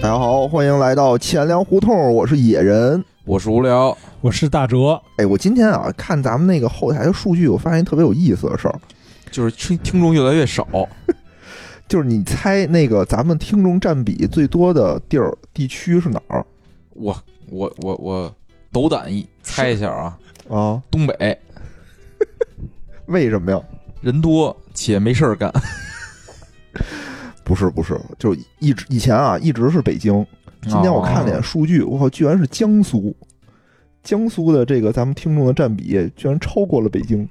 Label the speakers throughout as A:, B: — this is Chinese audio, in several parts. A: 好，欢迎来到钱粮胡同，我是野人。
B: 我是无聊，
C: 我是大哲，
A: 哎，我今天啊看咱们那个后台的数据，我发现一特别有意思的事儿，
B: 就是听听众越来越少，
A: 就是你猜那个咱们听众占比最多的地儿地区是哪儿
B: 我我我我斗胆一猜一下啊，
A: 啊？
B: 东北
A: 为什么呀？
B: 人多且没事儿干，
A: 不是不是，就一直以前啊一直是北京， 今天我看了
B: 哦
A: 眼数据，我靠，居然是江苏，江苏的这个咱们听众的占比居然超过了北京。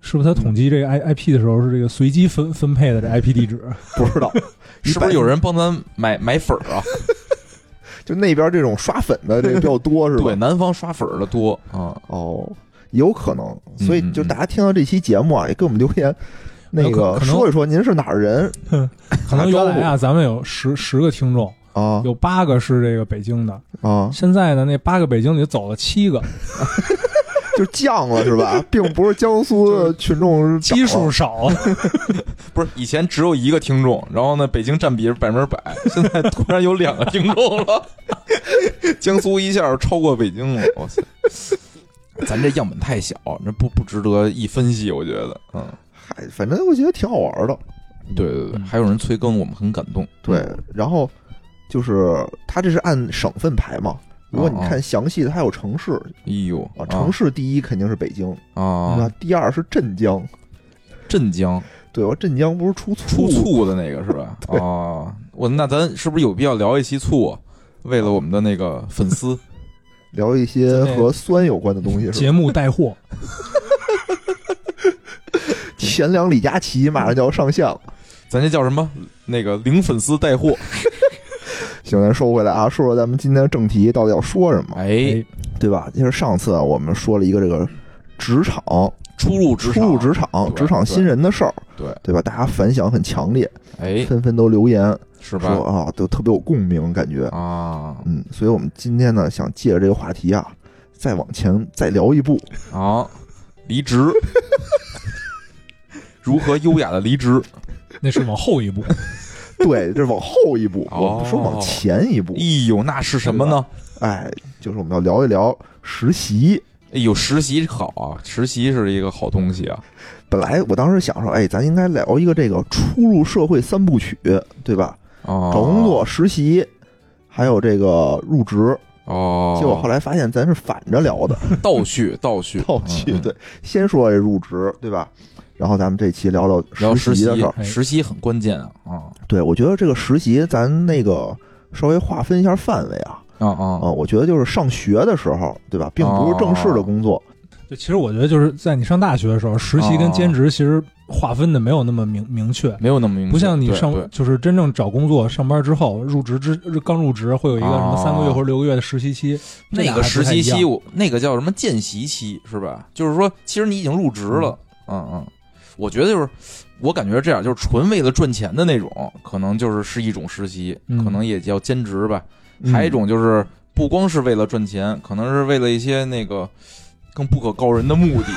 C: 是不是他统计
B: 嗯
C: 这个 I I P 的时候是这个随机分分配的这 I P 地址？
A: 不知 道
B: 是不是有人帮咱买买粉儿啊？
A: 就那边这种刷粉的这个比较多是吧？
B: 对，南方刷粉儿的多啊，
A: 哦，有可能。所以
B: 嗯嗯
A: 就
B: 嗯
A: 大家听到这期节目啊，也给我们留言，那
C: 有可
A: 个
C: 可能
A: 说一说您是哪儿人
C: 可能原来啊，咱们有十十个听众，
A: 啊
C: 有八个是这个北京的，
A: 啊，
C: 现在呢，那八个北京里走了七 个，
A: 就降了是吧？并不是江苏的群众哦
C: 基数
A: 少
C: 少，
B: 不是以前只有一个听众，然后呢，北京占比是百分之百， 现在突然有两个听众了， 江苏一下超过北京了，哇塞！咱这样本太小，这不不值得一分析，我觉得，嗯，
A: 了，嗨，反正我觉得挺好玩的。
B: 对对对，
C: 嗯
B: 还有人催更，我们很感动。
A: 对，然后就是它这是按省份排嘛。如果你
B: 哦哦
A: 看详细的，它还有城市
B: 哎呦
A: 啊，城市第一肯定是北京，那
B: 啊，
A: 第二是镇江。
B: 镇江
A: 对，我镇江不是出
B: 出
A: 醋
B: 醋的那个 是吧？啊，我那咱是不是有必要聊一期醋啊？为了我们的那个粉丝，
A: 聊一些和酸有关的东西是吧？
C: 节目 带货，
A: 前两李佳琦马上就要上线了。
B: 咱这叫什么？那个零粉丝带货。
A: 行，咱说回来啊，说说咱们今天的正题到底要说什么，
B: 哎，
A: 对吧？其实上次啊，我们说了一个这个职场、
B: 初入职
A: 初
B: 场，
A: 入职场、
B: 对
A: 职场新人的事儿，
B: 对
A: 对吧？大家反响很强烈，
B: 哎，
A: 纷纷都留言
B: 是吧
A: 说？啊，都特别有共鸣，感觉，
B: 啊
A: 嗯，所以我们今天呢，想借着这个话题啊，再往前再聊一步，
B: 啊，离职， 如何优雅的离职？
C: 那是往后一步。
A: 对，这是往后一步，
B: 哦
A: 我们说往前一步，
B: 哎呦，那是什么呢？
A: 哎，就是我们要聊一聊实习。
B: 哎呦，实习好啊，实习是一个好东西啊。
A: 本来我当时想说，哎，咱应该聊一个这个初入社会三部曲，对吧？
B: 啊，
A: 找工作、实习，还有这个入职。
B: 哦，
A: 结果后来发现咱是反着聊的，
B: 倒叙，倒叙，
A: 倒叙、
B: 嗯嗯
A: 对，先说这入职，对吧？然后咱们这期聊聊
B: 然后
A: 实
B: 实习
A: 的事儿。
C: 哎
B: 实习很关键啊啊
A: 对，我觉得这个实习，咱那个稍微划分一下范围啊。
B: 啊
A: 啊、
B: 啊！
A: 我觉得就是上学的时候，对吧？并不是正式
B: 哦
A: 的工作。
C: 就其实我觉得就是在你上大学的时候，实
B: 啊
C: 习跟兼职其实划分的没有那么明明确，
B: 没有那么明显，
C: 不像你
B: 嗯对
C: 上
B: 对
C: 就是真正找工作上班之后，入职之刚入职会有一个什么
B: 哦
C: 三个月或者六个月的实习期，这
B: 那
C: 俩
B: 个实习
C: 还不太一
B: 期，
C: 样
B: 我那个叫什么见习期是吧？就是说，其实你已经入职了，嗯嗯。我觉得就是，我感觉是这样，就是纯为了赚钱的那种，可能就是是一种实习，
C: 嗯
B: 可能也叫兼职吧。
A: 嗯
B: 还有一种就是不光是为了赚钱，可能是为了一些那个更不可告人的目 的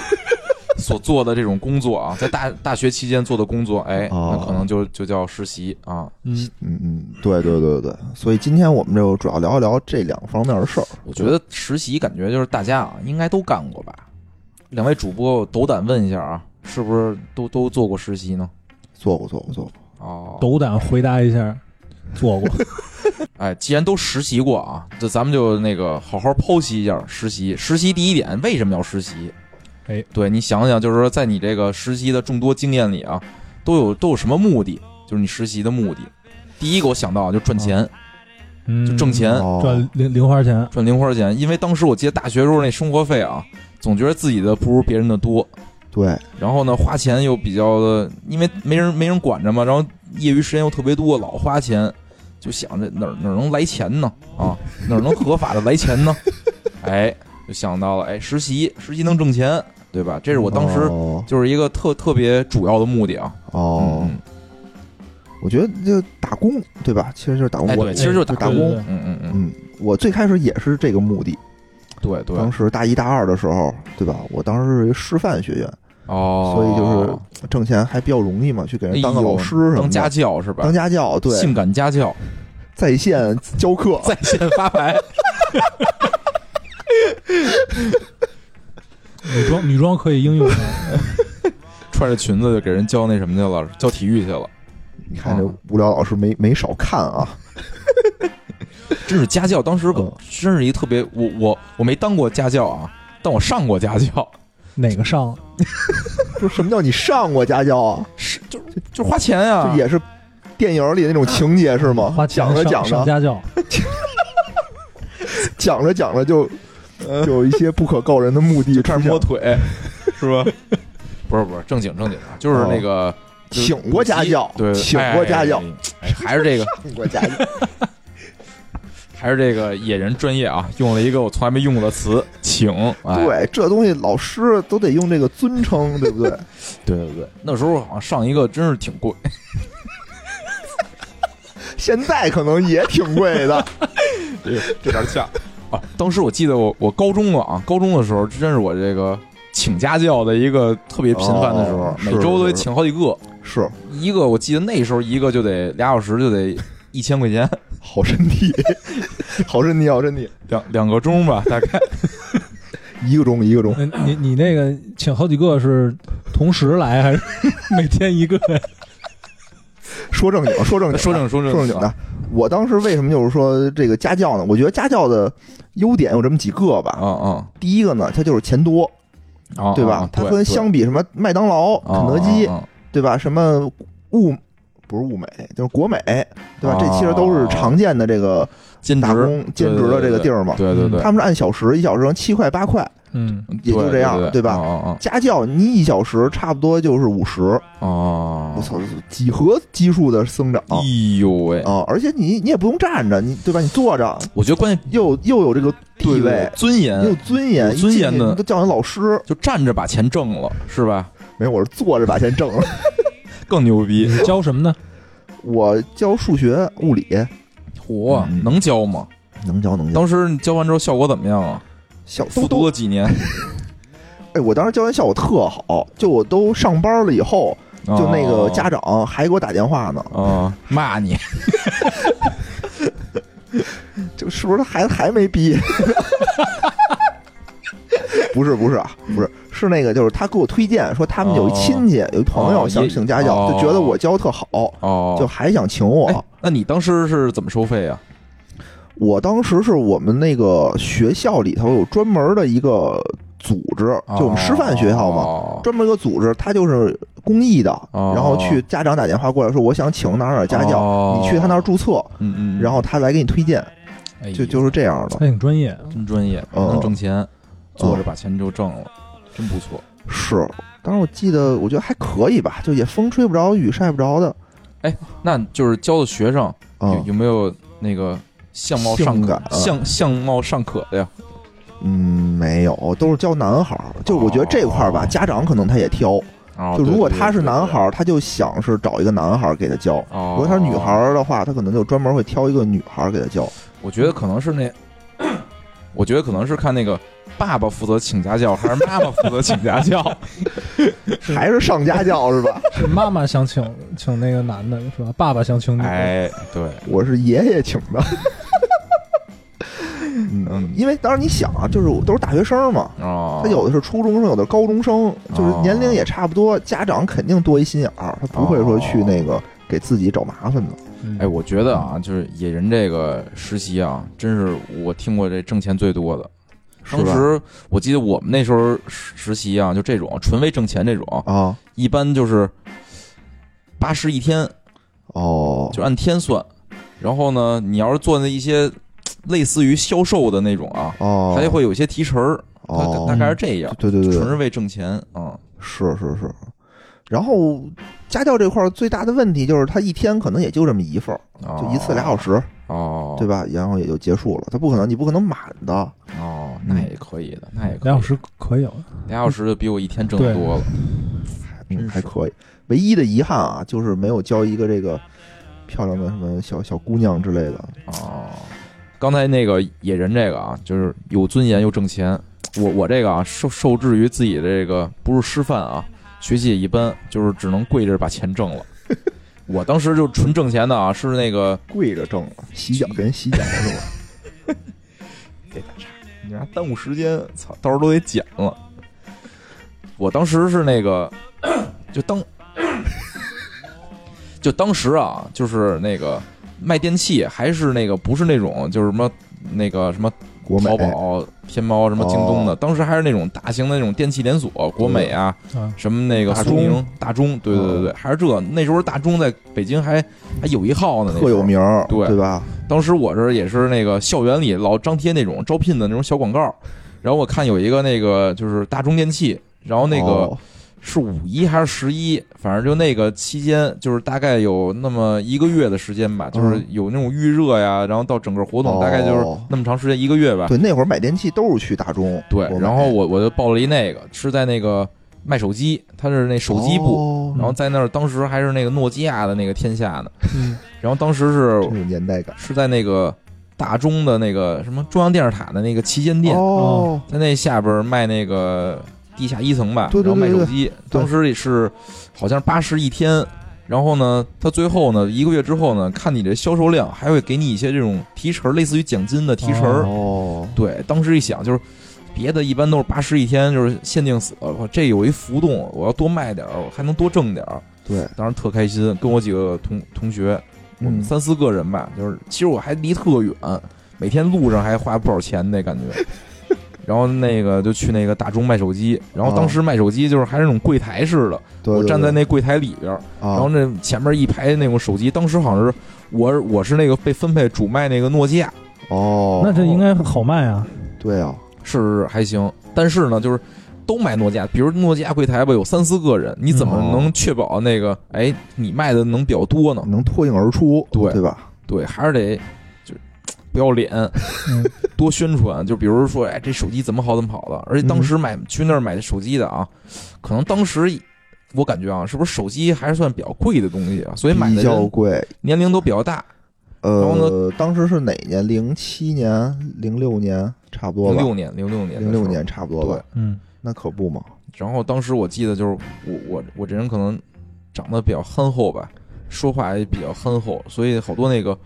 B: 所做的这种工作啊，在大大学期间做的工作，哎，
A: 哦
B: 那可能就就叫实习啊。
C: 嗯，
A: 嗯嗯，对对对对。所以今天我们就主要聊一聊这两方面的事儿。
B: 我觉得实习感觉就是大家啊，应该都干过吧？两位主播，我斗胆问一下啊，是不是都都做过实习呢？
A: 做过做过做过。
B: 哦，
C: 斗胆回答一下，做过，
B: 哎，既然都实习过啊，这咱们就那个好好剖析一下实习。实习第一点，为什么要实习？
C: 哎，
B: 对你想想，就是说在你这个实习的众多经验里啊，都有都有什么目的？就是你实习的目的。第一个我想到啊，就赚钱，
C: 嗯，
B: 就挣钱，
A: 哦
C: 赚零零花钱，
B: 赚零花钱。因为当时我记得大学时候那生活费啊，总觉得自己的不如别人的多，
A: 对，
B: 然后呢，花钱又比较的，因为没人没人管着嘛，然后业余时间又特别多，老花钱，就想着哪儿哪儿能来钱呢？啊，哪儿能合法的来钱呢？ 哎，就想到了，哎，实习，实习能挣钱，对吧？这是我当时
A: 哦
B: 就是一个特特别主要的目的啊。
A: 哦
B: 嗯，
A: 我觉得就打工，对吧？其实就是打工。
B: 哎，
A: 我
B: 对，其实就是
A: 就
B: 打
A: 打工
C: 对对对
B: 嗯嗯嗯，
A: 嗯，我最开始也是这个目的。
B: 对对，
A: 当时大一大二的时候，对吧？我当时是一师范学院，
B: 哦，
A: 所以就是挣钱还比较容易嘛，去给人当个
B: 哎呦
A: 老师什么的，
B: 当家教是吧？
A: 当家教，对
B: 性感家教，
A: 在线教课，
B: 在线发牌，
C: 女装女装可以应用的，
B: 穿着裙子就给人教那什么去了，教体育去了，
A: 你看这无聊老师
B: 哦
A: 没没少看啊。
B: 真是家教。当时可
A: 嗯
B: 真是一特别，我我我没当过家教啊，但我上过家教，
C: 哪个上？
A: 哦就什么叫你上过家教 啊？
B: 是就就花钱啊呀、
A: 就也是电影里那种情节是吗？
C: 花钱
A: 讲着哦
C: 上
A: 讲着
C: 上家教，
A: 讲着讲着就
B: 呃
A: 就有一些不可告人的目的
B: 开
A: 出
B: 始
A: 现
B: 摸
A: 了，
B: 腿，是 吧？不是不是，正经正经啊，就是那个就是
A: 请过家教
B: 补习对，
A: 哦请过家教
B: 哎，哎哎还是这个，
A: 上过家教。
B: 还是这个野人专业啊，用了一个我从来没用过的词“请”哎。
A: 对，这东西老师都得用这个尊称，对 不对？
B: 对对对，那时候好像上一个真是挺贵，
A: 现在可能也挺贵的。
B: 这点像 啊。当时我记得我我高中了啊，高中的时候真是我这个请家教的一个特别频繁的时候，
A: 哦是
B: 每周都得
A: 是
B: 请好几个，
A: 是
B: 一个我记得那时候一个就得俩小时就 得一千块钱，
A: 好身体， 好身体，好身体，
B: 两两个钟 吧，大概
A: 一个钟一个钟，
C: 嗯你你那个请好几个是同时来 还是每天一个？
A: 说正经，说正经，
B: 说正说正
A: 说正经的。我当时为什么就是说这个家教呢？我觉得家教的优点有这么几个吧。
B: 啊啊
A: 第一个呢，它就是钱多，
B: 啊，
A: 对
B: 啊
A: 吧？它跟相比什么麦当劳、肯德基，
B: 啊啊啊
A: 对吧？什么物不是物美，就是国美，对吧？
B: 啊
A: 这其实都是常见的这个
B: 兼职
A: 打工兼职的这个地儿嘛。
B: 对对对，
A: 他们是按小时，一小时能七块八块。
C: 嗯，
A: 也就这样对吧
B: 哦
A: 家教你一小时差不多就是五十，
B: 哦哦，
A: 我操，几何级数的增长
B: 哎呦喂！
A: 啊！而且你你也不用站着，你对吧？你坐着
B: 我觉得关键
A: 又又有这个
B: 对
A: 地
B: 对
A: 位，
B: 尊
A: 又有
B: 严，
A: 尊严，
B: 嗯有尊严的
A: 一进去你都叫你老师。
B: 就站着把钱挣了是吧？
A: 没有，我是坐着把钱挣 了。
B: 更牛
C: 你
B: 逼！
A: 嗯
C: 是教什么呢？
A: 我教数学、物理，
B: 嚯
A: 嗯
B: 能教吗？
A: 能教能教。
B: 当时你教完之后效果怎么样啊？
A: 小
B: 复
A: 都
B: 读
A: 都，
B: 了几年，
A: 哎，我当时教完效果特好，就我都上班了以后，就那
B: 哦
A: 个家长还给我打电话呢，
B: 啊骂你，
A: 就是不是他孩子还没毕业？ 不是不是啊，不是是那个，就是他给我推荐说他们有一亲戚、有一朋友
B: 哦
A: 想
B: 也
A: 请家教，
B: 哦
A: 就觉得我教特好，
B: 哦，
A: 就还想请我。
B: 哎，那你当时是怎么收费呀？啊
A: 我当时是我们那个学校里头有专门的一个组织，就我们师范学校嘛，
B: 嘛，
A: 专门一个组织，他就是公益的，
B: 哦
A: 然后去家长打电话过来说我想请哪儿哪儿家教，
B: 哦
A: 你去他那儿注册，
B: 嗯嗯，
A: 然后他来给你推荐，
B: 哎
A: 就
B: 呦
A: 就是这样的。
C: 还挺专业。
B: 真专业，
A: 嗯
B: 能挣钱，坐着把钱就挣了，真不错。
A: 是，当时我记得，我觉得还可以吧，就也风吹不着，雨晒不着的。
B: 那就是教的学生有
A: 嗯
B: 有没有那个相貌上
A: 性
B: 可
A: 感
B: 相相貌上可的呀？
A: 嗯，没有，都是教男孩儿。就我觉得这块儿吧，
B: 哦
A: 家长可能他也挑。
B: 哦
A: 就如果
B: 对对对
A: 他是
B: 对对
A: 男孩儿，他就想是找一个男孩儿给他教；
B: 哦，
A: 如果他是女孩，儿的话，他可能就专门会挑一个女孩儿给他教。
B: 我觉得可能是那， 我觉得可能是看那个爸爸负责请家教还是妈妈负责请家 教，
C: 是
A: 还是上家教是 吧？
C: 是妈妈想请请那个男的是吧？爸爸想
A: 嗯
C: 请女的，
B: 哎，对，
A: 我是爷爷请的。嗯，因为当时你想啊，就是都是大学生儿嘛，
B: 哦，
A: 他有的是初中生，有的是高中生，就是年龄也差不多，家长肯定多一心眼儿，他不会说
B: 哦
A: 去那个给自己找麻烦的。
C: 嗯
B: 哎，我觉得啊，就是野人这个实习啊，真是我听过这挣钱最多的。
A: 是
B: 当
A: 吧
B: 时我记得我们那时候实实习啊，就这种纯为挣钱这种，
A: 啊，
B: 一般就是八十一天，
A: 哦，
B: 就按天算。然后呢，你要是做那一些嘖类似于销售的那种啊，
A: 哦，
B: 它就会有一些提成儿，它
A: 哦，
B: 大概是这样，
A: 对对对
B: 纯是
A: 对，
B: 为挣钱啊。
A: 是是是。然后家教这块儿最大的问题就是，他一天可能也就这么一份儿，
B: 就
A: 就一次俩小时，
B: 啊哦，
A: 对
B: 吧？
A: 吧？然后也就结束了，他不可能，你不可能满的。
B: 哦，那也可以的，那也可以
C: 俩小时可以了。
B: 俩小时就比我一天挣得
C: 对
B: 多了。真
A: 嗯，
B: 是
A: 还可以。唯一的遗憾啊，就是没有教一个这个漂亮的什么小小姑娘之类的。
B: 哦，刚才那个野人这个啊，就是有尊严又挣钱。我我这个啊，受受制于 自己的这个不是师范啊，学习也一般，就是只能跪着把钱挣了。我当时就纯挣钱的啊，是那个
A: 跪着挣了，洗脚给人洗脚是吧？
B: 给打岔，你还耽误时间，操，到时候都得剪了。我当时是那个，就当就当时啊，就是那个卖电器，还是那个不是那种就是什么那个什么
A: 国美
B: 淘宝、天猫什么京东的，
A: 哦
B: 当时还是那种大型的那种电器连锁，国美啊，
C: 啊，
B: 什么那个
A: 大
B: 苏
A: 中哦
B: 宁、大中，对对对对，还是这。那时候大中在北京还还有一号呢，那时
A: 特
B: 候
A: 有。名儿，
B: 对
A: 对吧？
B: 当时我这也是那个校园里老张贴那种招聘的那种小广告，然后我看有一个那个就是大中电器，然后那个。
A: 哦
B: 是五一还是十一，反正就那个期间，就是大概有那么一个月的时间吧，就是有那种预热呀，然后到整个活动
A: 嗯哦
B: 大概就是那么长时间，一个月吧。
A: 对，那会儿买电器都是去大中，
B: 啊对
A: 我，买
B: 然后我我就报了一那个，是在那个卖手机，他是那手机部，
A: 哦
B: 然后在那儿当时还是那个诺基亚的那个天下呢，
C: 嗯，
B: 然后当时是
A: 真有年代感。
B: 是在那个大中的那个什么中央电视塔的那个旗舰店，
A: 哦，
B: 在那下边卖那个地下一层吧，
A: 对对对
B: 然后卖手机。
A: 对
B: 当时也是好像八十一天，然后呢，他最后呢一个月之后呢，看你这销售量，还会给你一些这种提成，类似于奖金的提成。
C: 哦
A: 哦，
B: 对，当时一想就是。别的一般都是八十一天，就是限定死了。我这有一浮动，我要多卖点儿，我还能多挣点儿。
A: 对，
B: 当时特开心，跟我几个同同学，我们
A: 嗯
B: 三四个人吧，就是其实我还离特远，每天路上还花不少钱那感 觉。然后那个就去那个大中卖手机，然后当时卖手机就是还是那种柜台式的，
A: 对，
B: 我
A: 对
B: 站在，
A: 对
B: 那柜台里边儿，
A: 啊
B: 然后那前面一排那种手机，当时好像是我我是那个被分配主卖那个诺基亚，
A: 哦，
C: 那这应该好卖啊，
A: 对啊，
B: 是还行，但是呢就是都卖诺基亚，比如诺基亚柜台吧有三四个人，你怎么
A: 嗯
B: 能确保 那个哎你卖的能比较多呢？
A: 能脱颖而出，
B: 对
A: 对吧？
B: 对，还是得就是不要脸，
C: 嗯
B: 多宣传。就比如说，哎，这手机怎么好怎么好的。而且当时买、去那儿买手机的啊，可能当时我感觉啊，是不是手机还是算比较贵的东西啊？所以买的
A: 比较
B: 人
A: 贵。
B: 年龄都比较大，然后
A: 呃，当时是哪年？零七年、零六年，差不多
B: 零
A: 吧。
B: 六年，零六年，
A: 零六年。差不多吧
B: 对，，
C: 嗯，
A: 那可不嘛。
B: 然后当时我记得就是我我我这人可能长得比较憨厚吧，说话也比较憨厚，所以好多那个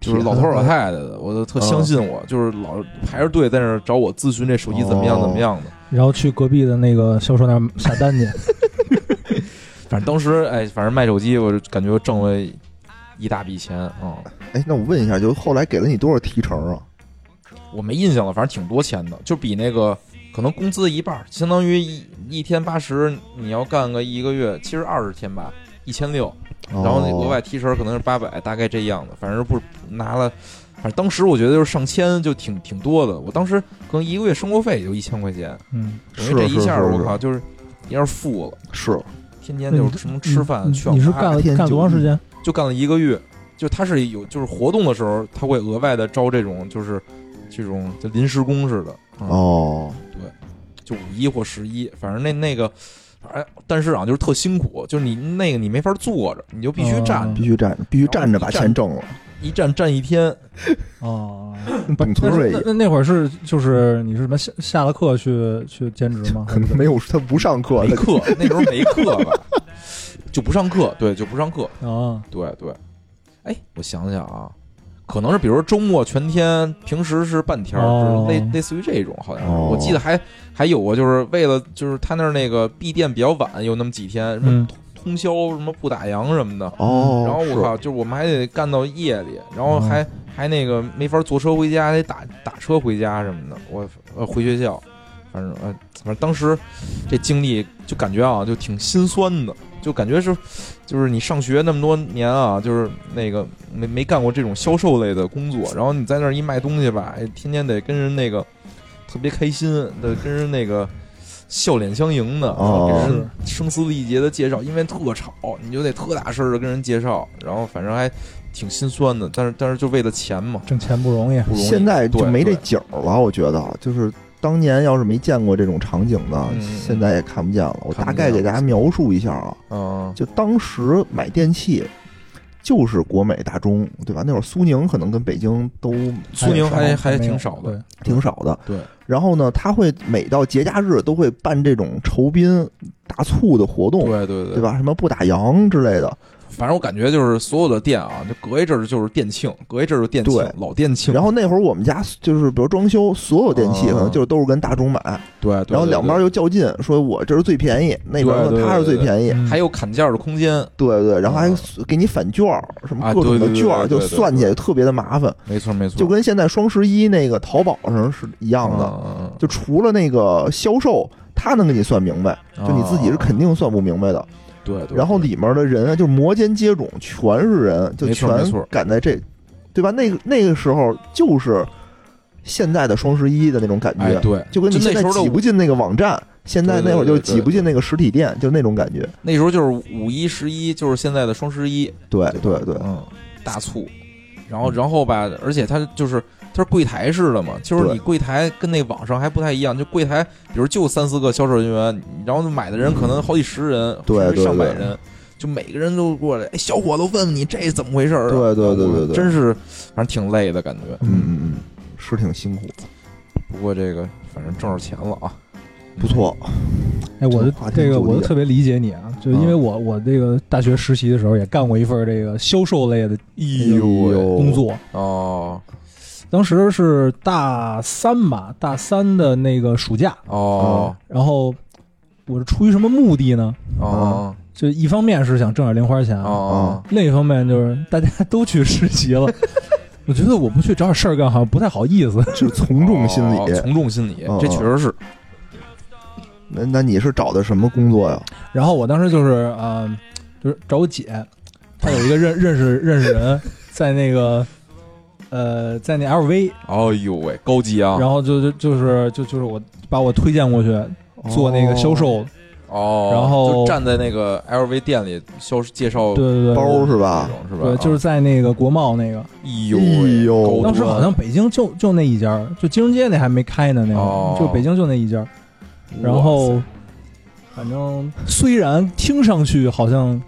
B: 就是老头老太太的，我都特相信我，就是老排着队在那儿找我咨询这手机怎么样怎么样的。
C: 然后去隔壁的那个销售那儿下单去，
B: 反正当时哎，反正卖手机，我就感觉挣了一大笔钱啊、
A: 哎，那我问一下，就后来给了你多少提成啊？
B: 我没印象了，反正挺多钱的，就比那个可能工资的一半儿，相当于一一天八十，你要干个一个月，其实二十天吧，一千六，然后那
A: 哦
B: 额外提成可能是八百，大概这样的，反正不拿了。反正当时我觉得就是上千就挺挺多的，我当时可能一个月生活费也就一千块钱，
C: 嗯，
B: 等于
A: 是
B: 这一
A: 是
B: 下
A: 是
B: 儿我
A: 是
B: 靠就是一下富了，
A: 是
B: 天天就是什么吃饭
C: 你
B: 去
C: 你
B: 网
C: 是
B: 吧
C: 干了
A: 天
C: 干多长时间？
B: 就干了一个月。就他是有，就是活动的时候，他会额外的招这种，就是这种就临时工似的，嗯、，
A: 哦，
B: 就五一或十一，反正那那个，反正但是啊，就是特辛苦，就是你那个你没法坐着，你就必须站
C: 哦
B: 着，
A: 必须站，必须站着把钱挣 了，
B: 一站站一天。
C: 哦，
A: 顶
C: 那
A: 村瑞
C: 那那那会儿是就是你是什么下下了课去去兼职吗？
A: 可能 没有他不上课，
B: 没
A: 他
B: 课，那时候没课吧， 就不上课，对，就不上课，
C: 啊，
B: 对对。哎，我想想啊，可能是比如说周末全天，平时是半天儿，
C: 哦
B: 就是类类似于这种，好像是。
A: 哦
B: 我记得还还有过，就是为了就是他那儿那个闭店比较晚，有那么几天，什么
C: 嗯
B: 通宵什么不打烊什么的。
A: 哦，
B: 嗯然后
A: 是嗯
B: 我靠，就是我们还得干到夜里，然后还、还那个没法坐车回家，还得打打车回家什么的。我呃回学校，反正呃反正当时这经历就感觉啊，就挺心酸的，就感觉是就是你上学那么多年啊，就是那个没没干过这种销售类的工作，然后你在那儿一卖东西吧，哎天天得跟人那个特别开心的跟人那个。笑脸相迎的，然后给人
C: 是
B: 声嘶力竭的介绍，因为特吵，你就得特大声的跟人介绍，然后反正还挺心酸的，但是但是就为了钱嘛，
C: 挣钱不容易，啊
B: 不容易。
A: 现在就
B: 对
A: 没这
B: 对
A: 景儿了，我觉得就是。当年要是没见过这种场景的，
B: 嗯
A: 现在也看不见了。我
B: 看
A: 大
B: 不见
A: 概给大家描述一下啊，
B: 嗯，
A: 就当时买电器，就是国美、大中，对吧？那会儿苏宁可能跟北京都
B: 苏宁还还
C: 哎没有
B: 挺少的，
A: 挺少的。
B: 对，
A: 然后呢，他会每到节假日都会办这种酬宾大促的活动，
B: 对对对
A: 对？吧？什么不打烊之类的，
B: 反正我感觉就是所有的店啊，就隔一阵儿就是店庆，隔一阵儿就店庆
A: 对，
B: 老店庆。
A: 然后那会儿我们家就是比如装修，所有电器可
B: 啊
A: 能就是都是跟大众买，
B: 对，对
A: 然后
B: 对
A: 两
B: 对
A: 边又较劲，说我这是最便宜，那边
B: 对
A: 说
B: 对
A: 他是最
B: 对对
A: 便宜，
C: 嗯
B: 还有砍价的空间，
A: 对对，然后还
B: 嗯
A: 给你返券儿，什么
B: 啊
A: 各种的
B: 对对对
A: 券儿，
B: 对
A: 就
B: 对对
A: 算起来特别的麻烦，
B: 没错没错，
A: 就跟现在双十一那个淘宝上是一样的，
B: 嗯，
A: 就除了那个销售，他能给你算明白，
B: 就
A: 就你自己是肯定算不明白的。
B: 嗯对啊对对，
A: 然后里面的人啊，就是摩肩接踵，全是人，就
B: 没错没
A: 全
B: 错
A: 赶在这，对吧？那个那个时候就是现在的双十一的那种感
B: 哎
A: 觉，
B: 对，
A: 就跟你
B: 那
A: 现在
B: 时候的
A: 挤不进那个网站，现在
B: 对对
A: 那会儿就
B: 对对
A: 挤不进那个实体店，就那种感觉。
B: 那时候就是五一、十一，就是现在的双十一，
A: 对哎对对，
B: 嗯，大促。然后，然后吧，而且它就是它是柜台式的嘛，就是
A: 对
B: 你柜台跟那网上还不太一样，就柜台比如就三四个销售人员，然后买的人可能好几十人，
A: 对
B: 甚至
A: 对
B: 上百
A: 对
B: 人，就每个人都过来，哎，小伙子，我问问你这怎么回事儿啊？
A: 对对对对对
B: 真是，反正挺累的感觉。
A: 嗯嗯嗯，是挺辛苦，
B: 不过这个反正挣着钱了啊，
A: 不错。
B: 嗯
C: 哎，我
A: 这
C: 的
A: 话题
C: 这
A: 就
C: 个
A: 理
C: 我
A: 解
C: 特别理解你啊，就因为我我这个大学实习的时候也干过一份这个销售类的
B: 哎呦喂
C: 工作，
B: 哦
C: 当时是大三吧，大三的那个暑假，
B: 哦
C: 然后我是出于什么目的呢？
B: 哦
C: 就一方面是想挣点零花钱，啊
B: 哦
C: 另一方面就是大家都去实习了，我觉得我不去找点事儿干好像不太好意思。
A: 是从众心理。
B: 哦从众心理
A: 嗯，
B: 这确实是
A: 那那你是找的什么工作呀？
C: 然后我当时就是呃，就是找我姐，她有一个认认识认识人，在那个呃，在那 LV，
B: 哎呦喂，高级啊！
C: 然后就就就是就就是我把我推荐过去做那个销售，
B: 哦，
C: 然后
B: 就站在那个 LV 店里销介绍
C: 对对对，
A: 包是
B: 那
A: 吧？
B: 种
C: 嗯
B: 是吧？哦
C: 对，就是在那个国贸那个，
B: 哎呦喂
A: 哎呦
B: 高啊端
C: 当时好像北京就就那一家儿，就金融街那还没开呢，那会儿、
B: 哦
C: 就北京就那一家儿。然
B: 哇
C: 后，反正虽然听上去好像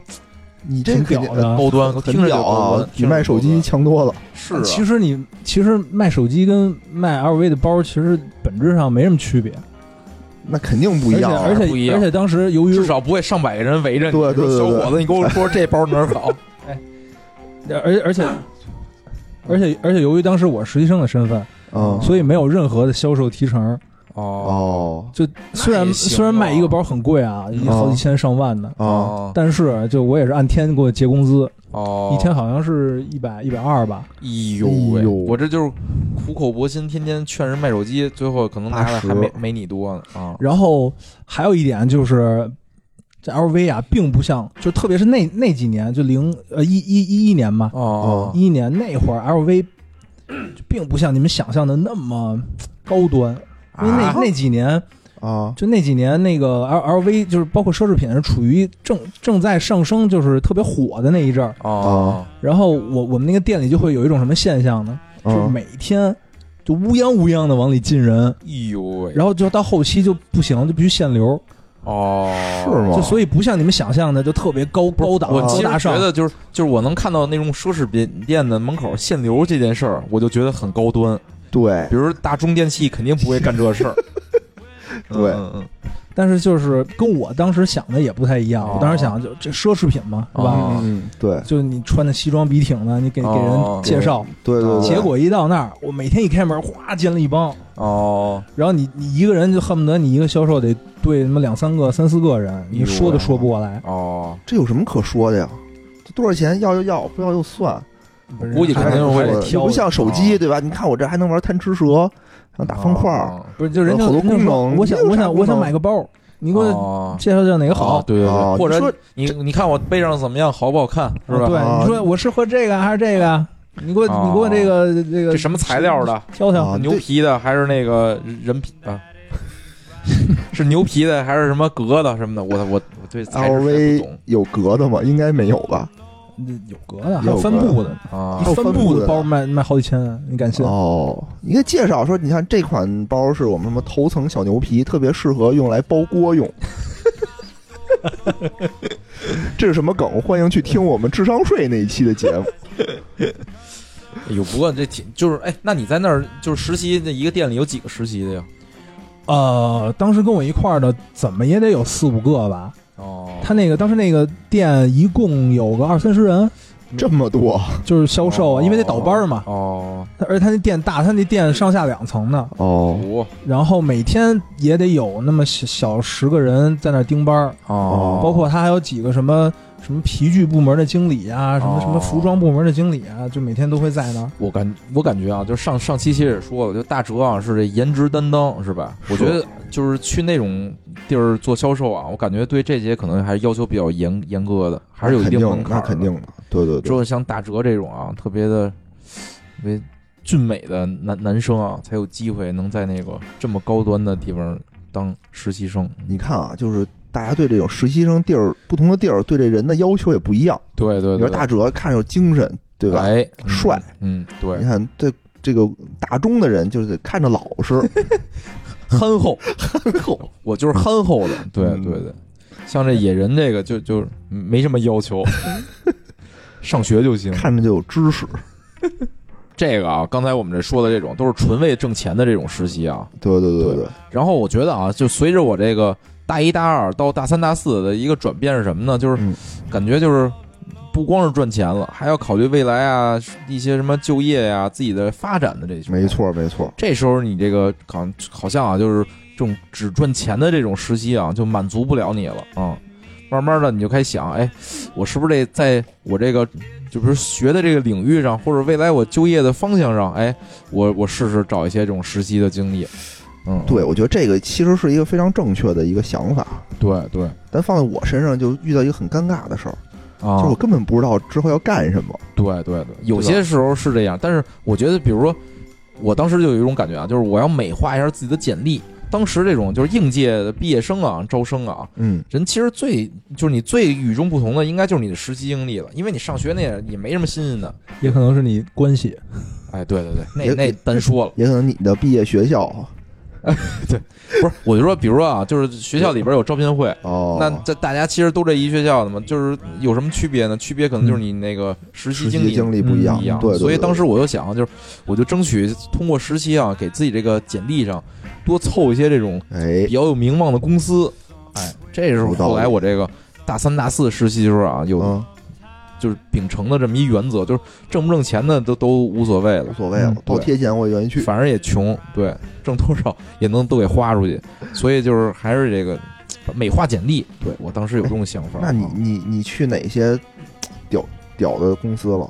A: 你这肯
C: 挺
A: 定
C: 屌的
B: 塞高端，
A: 很
B: 听着就
A: 屌
B: 高
A: 啊
B: 端，
A: 比卖手机强多了。
B: 是啊，
C: 其实你其实卖手机跟卖 LV 的包其实本质上没什么区别，
A: 那肯定不一样啊。
C: 而且
B: 不
C: 而
B: 一
C: 且
B: 样
C: 而且当时由于
B: 至少不会上百个人围着你。
A: 对对对
B: 说
A: 对
B: 小伙子，你给我说这包哪儿 好？
C: 而而且而且而且由于当时我实习生的身
B: 啊
C: 份，
A: 嗯
C: 所以没有任何的销售提成。
B: 哦
A: 哦
C: 就虽然
B: 那也行啊
C: 虽然卖一个包很贵啊，
B: 嗯
C: 好几千上万的，
A: 啊，
C: 但是就我也是按天给我结工资，
B: 哦，
C: 一天好像是一百一百二吧。
B: 哎呦喂，
A: 哎呦
B: 我这就是苦口婆心，天天劝人卖手机，最后可能拿的还没没你多呢啊！
C: 然后还有一点就是，这 LV 啊，并不像，就特别是那那几年，就零呃一一一一年吧，
B: 哦
C: 一一年那会儿 LV 就并不像你们想象的那么高端，因为那、
B: 啊
C: 那几年
A: 啊，
C: 就那几年那个 L LV 就是包括奢侈品是处于正正在上升，就是特别火的那一阵儿。
B: 哦
C: 然后我我们那个店里就会有一种什么现象呢？就是
A: 嗯
C: 每天就乌泱乌泱的往里进人，
B: 哎呦喂，
C: 然后就到后期就不行，就必须限流。
B: 哦
A: 是吗
C: 就所以不像你们想象的就特别高
B: 不是
C: 高档、
B: 我
C: 高
B: 其实
C: 大上
B: 觉。得就是就是我能看到那种奢侈品店的门口限流这件事儿，我就觉得很高端。
A: 对
B: 比如大中电器肯定不会干这事儿。
A: 对
B: 嗯嗯
C: 但是就是跟我当时想的也不太一样，
B: 哦
C: 我当时想就这奢侈品嘛，是吧？
B: 哦
A: 嗯，对
C: 就是你穿的西装笔挺的，你给给
B: 哦
C: 人 介绍，
A: 对对对，
C: 结果一到那儿，我每天一开门，哗进了一帮，
B: 嗯哦，
C: 然后你你一个人就恨不得你一个销售得对他妈两三个、三四个人，你说都说不过来。
B: 哦，
A: 这有什么可说的呀？这多少钱要就要，不要就算，
B: 估计肯定会啊
C: 还是
A: 又
C: 挑
A: 不
C: 的
A: 像手机对吧？你看我这还能玩贪吃蛇，还能打方块儿，
B: 哦，
C: 不是就人家
A: 有好多
C: 人家
A: 功
C: 说
A: 能
C: 我想
A: 你有
C: 我
A: 啥
C: 想
A: 功
C: 我想
A: 能
C: 买个包，你给我
B: 哦
C: 介绍介绍哪个好
B: 哦？对对
A: 哦
B: 对，或
A: 你说
B: 者你你看我背上怎么样，好不好看，是吧？
C: 对，
A: 啊
C: 你说我是喝这个还是这个啊？你给我，
B: 啊
C: 你给我这个这个
B: 这什么材料的？
C: 挑挑
A: 啊？
B: 牛皮的还是那个人皮啊？ 是牛皮的还是什么革的什么的？我我我对材质实在
A: LV
B: 不
A: 有格的吗？应该没有吧？
C: 有格的，还有帆布的，
B: 懂啊
A: 还有
C: 一
A: 帆
C: 帆
A: 布
C: 布
A: 的
C: 的包卖卖好几千啊，你敢信？
A: 哦，你可以介绍说，你看这款包是我们什么头层小牛皮，特别适合用来包锅用。这是什么梗？欢迎去听我们智商税那一期的节 目。
B: 哎呦，不过这挺就是哎，那你在那儿就是实习那一个店里有几个实习的呀？
C: 呃，当时跟我一块儿的，怎么也得有四五个吧，
B: 哦，
C: 他那个当时那个店一共有个二三十人，
A: 这么多
C: 就是销售，
B: 哦
C: 啊，因为得倒班儿嘛。
B: 哦，
C: 他而且他那店大，他那店上下两层呢，
A: 哦
B: 五
C: 然后每天也得有那么小小十个人在那儿盯班儿，
B: 哦，
C: 包括他还有几个什么什么皮具部门的经理啊，什么
B: 哦
C: 什么服装部门的经理啊，就每天都会在那儿。
B: 我感我感觉啊，就上上期其实也说了，就大哲啊是这颜值担当是吧？
A: 是
B: 我觉得就是去那种地儿做销售啊，我感觉对这些可能还是要求比较严严格的，还是有一定门
A: 定，
B: 槛
A: 那
B: 儿
A: 肯定的，对对
B: 只
A: 对，
B: 有像大哲这种啊，特别的特别俊美的男男生啊，才有机会能在那个这么高端的地方当实习生。
A: 你看啊，就是大家对这种实习生地儿不同的地儿，对这人的要求也不一样。
B: 对对
A: 你说
B: 对，
A: 大哲看着有精神，对吧？
B: 哎，嗯
A: 帅，
B: 嗯，对
A: 你，看这这个大中的人就是得看着老实，
B: 嗯 憨厚，憨厚，我就是憨厚的，对
A: 嗯
B: 对对，像这野人这个就就没什么要求， 上学就行。
A: 看着就有知识，
B: 这个啊，刚才我们这说的这种都是纯为挣钱的这种实习啊。
A: 对对对对，
B: 然后我觉得啊，就随着我这个大一大二到大三大四的一个转变是什么呢？就是
A: 嗯
B: 感觉就是。不光是赚钱了，还要考虑未来啊，一些什么就业呀、自己的发展的这些。
A: 没错没错，
B: 这时候你这个好好像啊，就是这种只赚钱的这种实习啊，就满足不了你了啊、慢慢的，你就开始想，哎，我是不是得在我这个就比如学的这个领域上，或者未来我就业的方向上，哎，我我试试找一些这种实习的经历。嗯，
A: 对我觉得这个其实是一个非常正确的一个想法，
B: 对对
A: 但放在我身上就遇到一个很尴尬的事儿，
B: 啊，
A: 就是我根本不知道之后要干什么。
B: 对对对，有些时候是这样，但是我觉得，比如说，我当时就有一种感觉啊，就是我要美化一下自己的简历。当时这种就是应届的毕业生啊，招生啊，
A: 嗯，
B: 人其实最就是你最与众不同的，应该就是你的实习经历了，因为你上学那也也没什么新鲜的。
C: 也可能是你关系，
B: 哎，对对对，
A: 也
B: 那那单说了，
A: 也可能你的毕业学校
B: 不是，我就说，比如说啊，就是学校里边有招聘会，
A: 哦，
B: 那这大家其实都这一学校的嘛，就是有什么区别呢？区别可能就是你那个实习
A: 实
B: 经
A: 习
B: 历
A: 经历不一样，
B: 一样，
A: 啊对对对
B: 所以当时我就想，就是我就争取通过实习啊，给自己这个简历上多凑一些这种
A: 哎
B: 比，较有名望的公司。哎，这是
A: 有道理
B: 后来我这个大三大四实习的时候啊，有
A: 嗯，
B: 就是秉承的这么一原则，就是挣不挣钱的都都无所谓
A: 无
B: 了，
A: 所谓了
B: 嗯，
A: 到
B: 对
A: 贴钱我也愿意去。
B: 反正也穷，对，挣多少也能都给花出去，所以就是还是这个美化简历。对我当时有这种想法。
A: 那你
B: 啊
A: 你你去哪些屌屌的公司了？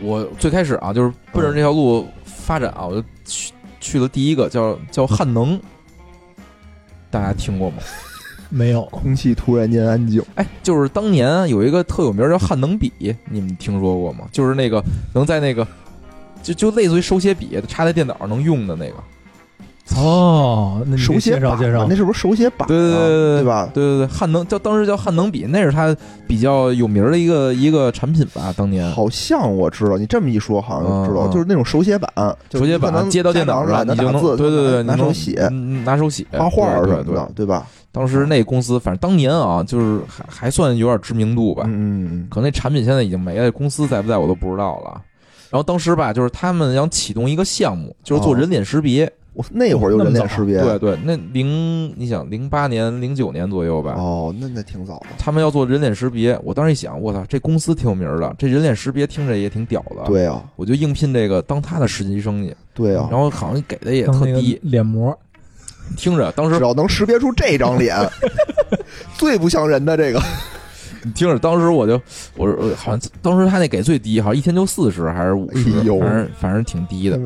B: 我最开始啊，就是奔着这条
A: 嗯
B: 路发展啊，我就去去了第一个叫叫汉能，大家听过吗？
C: 没有
A: 空气突然间安静，
B: 哎，就是当年有一个特有名儿叫汉能笔，你们听说过吗？就是那个能在那个就就类似于手写笔插在电脑上能用的那个。
C: 哦，那你
A: 手
C: 得
A: 写
C: 介绍
A: 板
C: 介绍
A: 嘛，那是不是手写板啊？
B: 对对对对
A: 对吧？
B: 对对对，汉能叫当时叫汉能笔，那是它比较有名儿的一个一个产品吧，当年。
A: 好像我知道，你这么一说，好像知道，
B: 嗯嗯
A: 就是那种手写板，就是
B: 手写
A: 你可
B: 板
A: 能
B: 接到电
A: 家
B: 脑
A: 长
B: 上，
A: 懒
B: 你
A: 得
B: 就
A: 打
B: 能
A: 字，
B: 对对对，
A: 拿
B: 你
A: 手
B: 能
A: 写、
B: 嗯拿手写、
A: 画画儿
B: 对
A: 什么
B: 对对。
A: 的，对吧？
B: 当时那公司，反正当年啊，就是还还算有点知名度吧，
A: 嗯嗯嗯
B: 可能那产品现在已经没了，公司在不在我都不知道了。然后当时吧，就是他们想启动一个项目，就是做
A: 哦
B: 人脸识别。
A: 我那会儿有人脸识别，
B: 对对，那零你想零八年、零九年左右吧，
A: 哦，那那挺早的，
B: 他们要做人脸识别。我当时一想，我操，这公司挺有名儿的，这人脸识别听着也挺屌的。，
A: 对啊，
B: 我就应聘这个当他的实习生去，
A: 对啊
B: 然，后好像给的也
C: 当
B: 特
C: 那个
B: 低，
C: 脸膜，
B: 听着当时
A: 只要能识别出这张 脸，最不像人的这个，
B: 你听着，当时我就我我好像当时他那给最低，好像一天就四十还是五十、
A: 哎呦嗯
B: 反正反正挺低的。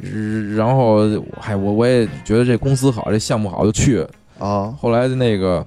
B: 日然后，嗨，我我也觉得这公司好，这项目好，就去。
A: 啊，
B: 后来那个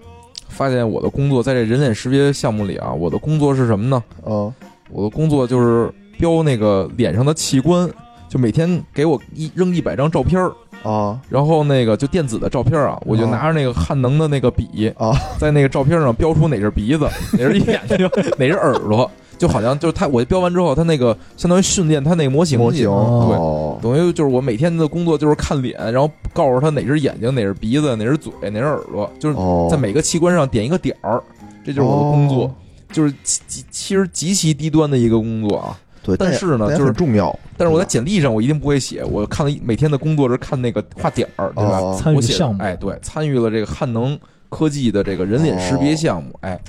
B: 发现我的工作在这人脸识别项目里啊，我的工作是什么呢？
A: 嗯，
B: 我的工作就是标那个脸上的器官，就每天给我一扔一百张照片儿，
A: 啊，
B: 然后那个就电子的照片啊，我就
A: 啊
B: 拿着那个汉能的那个笔
A: 啊，
B: 在那个照片上标出哪是 鼻子，哪是眼 睛，哪是耳朵，就好像就是他，我标完之后，他那个相当于训练他那个模型
A: 模
B: 去
A: 型，
B: 对。
A: 哦，
B: 等于就是我每天的工作就是看脸，然后告诉他哪是眼睛，哪是鼻子，哪是嘴，哪是耳朵，就是
A: 哦，
B: 在每个器官上点一个点儿，这就是我的工作，
A: 哦
B: 就是极极其实极其低端的一个工作啊。
A: 对，
B: 但是呢
A: 但也
B: 就是
A: 很重要，
B: 但是我在简历上我一定不会写，我看了一每天的工作是看那个画点儿，对吧？
A: 哦
C: 参与
B: 我写的
C: 项目
B: 哎，对，参与了这个汉能科技的这个人脸识
A: 哦
B: 别项目，哎，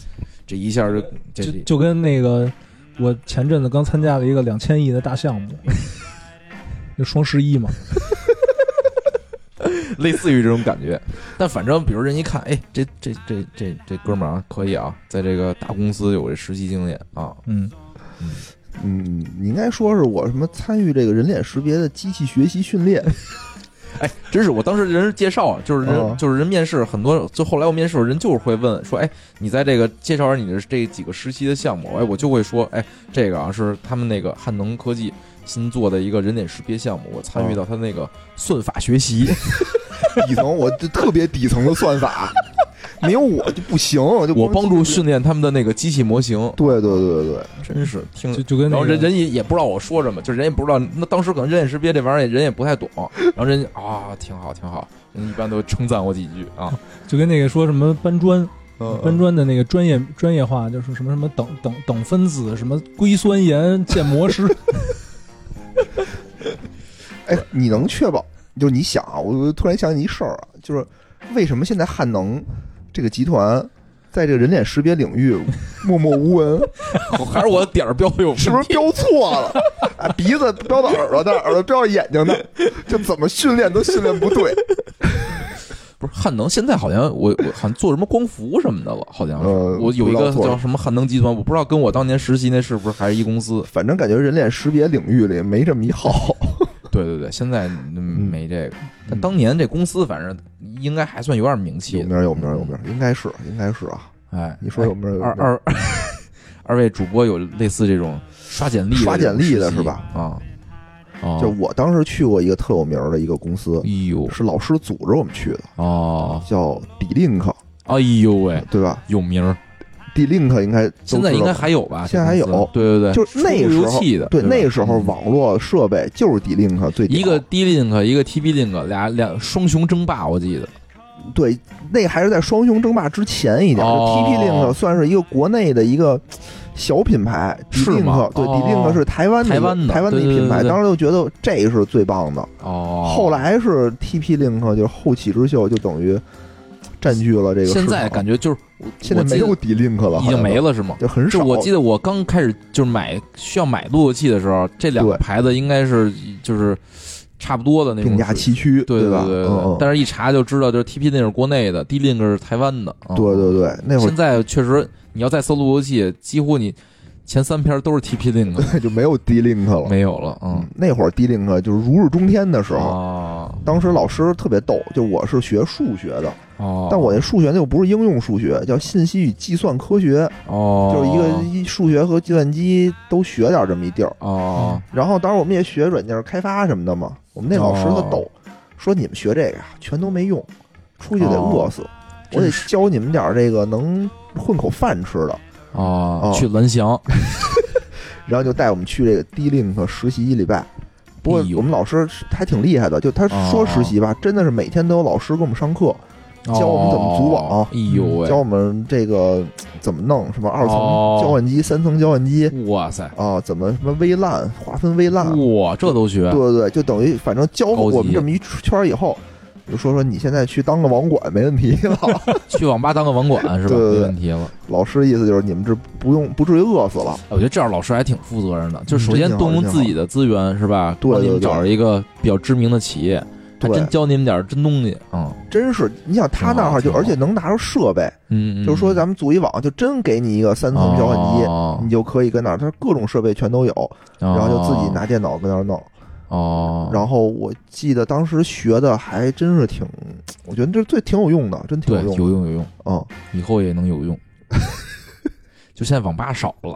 B: 这一下就这
C: 就就跟那个我前阵子刚参加了一个两千亿的大项目，就双十一嘛，
B: 类似于这种感觉。但反正，比如人一看，哎，这这这这这哥们儿啊，可以啊，在这个大公司有这实习经验啊，
C: 嗯，
A: 嗯，你应该说是我什么参与这个人脸识别的机器学习训练，
B: 哎，真是我当时人介绍啊，就是人、
A: 嗯
B: 就是人面试很多，就后来我面试的时候人就是会问说，哎，你在这个介绍完你的这几个实习的项目，哎，我就会说，哎，这个啊是他们那个汉能科技新做的一个人脸识别项目，我参与到他那个算法学习，
A: 底层我就特别底层的算法，没有我就不行，就
B: 我帮助
A: 训，
B: 训练他们的那个机器模型，
A: 对对对对对，
B: 真是听着
C: 就就
B: 然
C: 跟那
B: 后
C: 个
B: 人人也也不知道我说什么，就是人也不知道，那当时可能人脸识别这玩意儿也人也不太懂，然后人家啊挺好挺好，人一般都称赞我几句啊，
C: 就跟那个说什么搬砖
B: 嗯
C: 搬砖的那个专业专业化，就是什么什么等等等分子，什么硅酸盐建模师，
A: 哎，你能确保？就是你想啊，我突然想起一事儿啊，就是为什么现在汉能这个集团在这个人脸识别领域 默默无闻？
B: 还是我点儿标有问题
A: 是不是标错了？啊，鼻子标到耳朵那儿，耳朵标到眼睛那儿，就怎么训练都训练不对。
B: 不是汉能，现在好像我我好像做什么光伏什么的了，好像是、
A: 呃
B: 我有
A: 不
B: 一
A: 知
B: 个
A: 道做。
B: 叫什么汉能集团，我不知道跟我当年实习那是不是还是一公司
A: 反正感觉人脸识别领域里没这么一号。
B: 对对对，现在嗯没这个，但 当年这公司反正应该还算有点名气
A: 嗯 有
B: 的。
A: 名儿有名儿有名儿，应该是应该是啊。
B: 哎，
A: 你说有没有有
B: 哎二
A: 名
B: 二 二位主播有类似这种刷简历的
A: 刷简历的
B: 这种实习
A: 是吧？
B: 啊，哦，
A: 就我当时去过一个特有名儿的一个公司
B: 哎，呦
A: 是老师组织我们去的，
B: 哦，
A: 叫 D-Link，
B: 哎呦喂，
A: 对吧
B: 有名儿，
A: ？D-Link 应该都
B: 现在
A: 知
B: 应
A: 道
B: 该
A: 吧
B: 还有吧？
A: 现在还有
B: 这公司对对对，
A: 就是那个时
B: 出路由
A: 候
B: 器的，
A: 对
B: 吧
A: 那个时候
B: 嗯
A: 网络设备就是 D-Link 最屌
B: 一个 D Link，一个 T B Link，俩俩双雄争霸，我记得。
A: 对，那还是在双雄争霸之前一点。
B: 哦
A: TP Link 算是一个国内的一个小品牌
B: 是吗
A: ，Link 对
B: 哦
A: Link 是台湾的一
B: 台湾
A: 个
B: 的
A: 台湾的一
B: 对对
A: 品
B: 对
A: 牌，
B: 对
A: 当时就觉得这是最棒的。
B: 哦，
A: 后来是 TP Link 就是后起之秀，就等于占据了这个市场。
B: 现在感觉就是我
A: 现在没有 D Link 了，
B: 我记得已经没
A: 了，
B: 了是吗？
A: 就很
B: 就
A: 少。
B: 我记得我刚开始就是买需要买路由器的时候，这两个
A: 对
B: 牌子应该是就是差不多的那种
A: 并驾
B: 水平。
A: 齐驱，
B: 对对
A: 吧？
B: 对对，
A: 嗯嗯
B: 但是一查就知道，就是 TP 那是国内的，D Link 是台湾的。啊
A: 对对对，那会
B: 现在确实你要再搜路由器，几乎你前三篇都是 TP Link，
A: 儿 就没有 D Link 了。
B: 哦没有了。嗯
A: 嗯，，那会儿 D Link 就是啊如日中天的时候。
B: 哦
A: 当时老师特别逗，就我是学数学的，
B: 哦，
A: 但我那数学那又不是应用数学，叫信息与计算科学，
B: 哦
A: 就是一个一数学和计算机都学点这么一地儿。
B: 哦
A: 然后当时我们也学软件开发什么的嘛，我们那老师
B: 哦
A: 他逗，说你们学这个呀全都没用，出去得饿死，我得
B: 哦真是
A: 教你们点儿这个能混口饭吃的。
B: 哦
A: 哦，
B: 去蓝翔，
A: 然后就带我们去这个 D Link 实习一礼拜。 不过
B: 哎呦哦
A: 我们老师还挺厉害的，就他说实习吧，真的是每天都有老师给我们上课，教我们怎么组网啊嗯
B: 哦哎呦喂，
A: 教我们这个怎么弄什么二层
B: 哦
A: 交换机、三层交换机
B: 哇塞，
A: 啊，怎么什么微烂划分微烂，啊
B: 哇，这都学
A: 对对对，就等于反正教
B: 高级
A: 我们这么一圈儿以后，就说说你现在去当个网管没问题 了。
B: 去网吧当个网 管是吧？
A: 对对对
B: 没问题了。
A: 老师意思就是你们这不用不至于饿死了，
B: 哎我觉得这样老师还挺负责任的，就首
A: 真
B: 先
A: 嗯挺好
B: 动用
A: 真
B: 自己的资源是吧？
A: 对
B: 帮你
A: 对
B: 们
A: 对
B: 找着一个比较知名的企业，还
A: 对
B: 真教你们点儿真东西。嗯
A: 真是你想他那儿
B: 挺
A: 就
B: 好挺好
A: 而且能拿出设备，
B: 嗯，嗯
A: 就是说咱们组一网就真给你一个三层交换机。
B: 哦
A: 你就可以跟那儿，他各种设备全都有，然后就自己拿电脑跟那儿弄。
B: 哦，
A: 然后我记得当时学的还真是挺，我觉得这最挺有用的，真挺
B: 对
A: 有用的。
B: 有用有用，
A: 嗯，
B: 以后也能 有用。就现在网吧少了，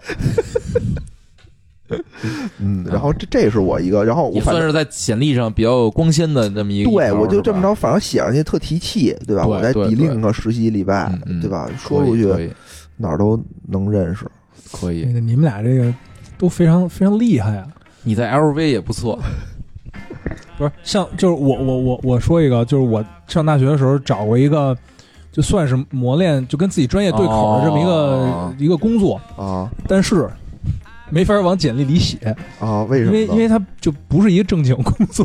A: 嗯，然后这这是我一个，然后我
B: 也
A: 反
B: 算
A: 正
B: 是在简历上比较有光鲜的这么一个一条。
A: 对我就是这么
B: 吧
A: 着，反正写上去特提气，对吧？
B: 对
A: 我在
B: 对
A: D
B: 对
A: Link 实习礼拜
B: 嗯嗯，
A: 对吧？
B: 可
A: 说出
B: 以
A: 去哪儿都能认识。
B: 可以可以，
C: 你们俩这个都非常非常厉害啊！
B: 你在 LV 也不错，
C: 不是像就是我我我我说一个，就是我上大学的时候找过一个，就算是磨练，就跟自己专业对口的这么一个、
B: 哦
C: 一个工作，
A: 啊
C: 但是没法往简历里写，
A: 啊！为什
C: 因为
A: 么
C: 因
A: 呢？
C: 为它就不是一个正经工作，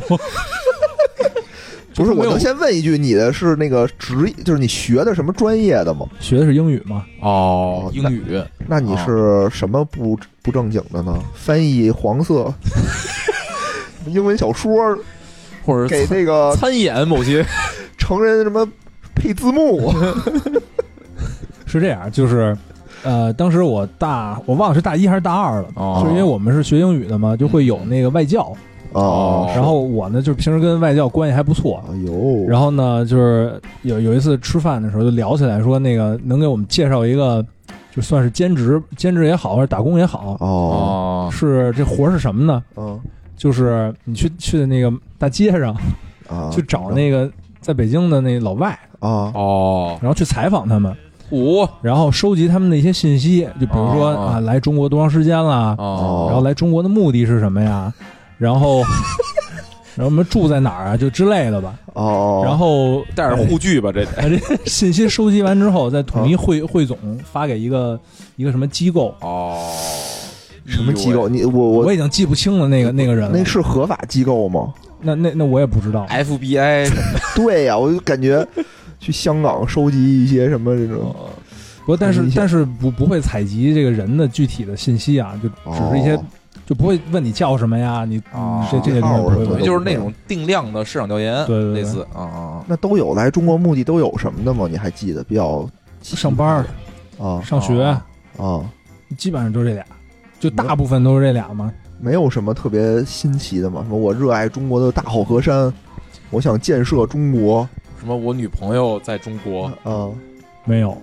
A: 不是，
B: 没
A: 我
B: 有
A: 能先问一句，你的是那个职，就是你学的什么专业的吗？
C: 学的是英语嘛，
B: 哦英语
A: 那你
B: 啊
A: 是什么不不正经的呢？翻译黄色 英文小说，
B: 或者
A: 给
B: 参
A: 那个
B: 参演某些
A: 成人什么配字幕？
C: 是这样，就是，呃，当时我大我忘了是大一还是大二了，
B: 哦
C: 就是因为我们是学英语的嘛，就会有那个外教，
A: 嗯哦，
C: 然后我呢就是平时跟外教关系还不错，
A: 哎呦，
C: 然后呢就是有有一次吃饭的时候就聊起来说那个能给我们介绍一个，就算是兼职兼职也好或者打工也好，
A: 哦，
B: 哦
C: 是这活儿是什么呢？
A: 嗯
C: 就是你去去的那个大街上
A: 啊，
C: 去找那个在北京的那老外，
A: 啊
B: 哦
C: 然后去采访他们，
B: 五
C: 然后收集他们的一些信息，就比如说
B: 哦哦
C: 啊来中国多长时间了，
B: 哦
C: 然后来中国的目的是什么呀，然后 然后我们住在哪儿啊，就之类的吧。
A: 哦，
C: 然后
B: 带着护具吧，这 得
C: 把这信息收集完之后，再统
A: 啊
C: 一汇汇总发给一个一个什么机构，
B: 哦
A: 什么机构？你我
C: 我
A: 我
C: 已经记不清了那个那个人了
A: 那。是哎合法机构吗？
C: 那那那我也不知道。
B: ？FBI
A: 对呀，我就感觉去香港收集一些什么这种
C: 不过，但
A: 你
C: 是
A: 想
C: 但是不不会采集这个人的具体的信息啊，就只是一些、
A: 哦
C: 就不会问你叫什么呀，你、
B: 哦
C: 你这这些东西不会
A: 对
C: 问。
B: 就是那种定量的市场调研，
C: 对对对
B: 类似啊啊
A: 那都有来中国目的都有什么的吗？你还记得比较
C: 上班儿、
A: 啊
C: 上学，
B: 哦
A: 啊，
C: 基本上就这俩，就大部分都是这俩嘛。
A: 没有什么特别新奇的嘛？什么我热爱中国的大好河山，我想建设中国
B: 啊，什么我女朋友在中国
A: 啊，
C: 没有。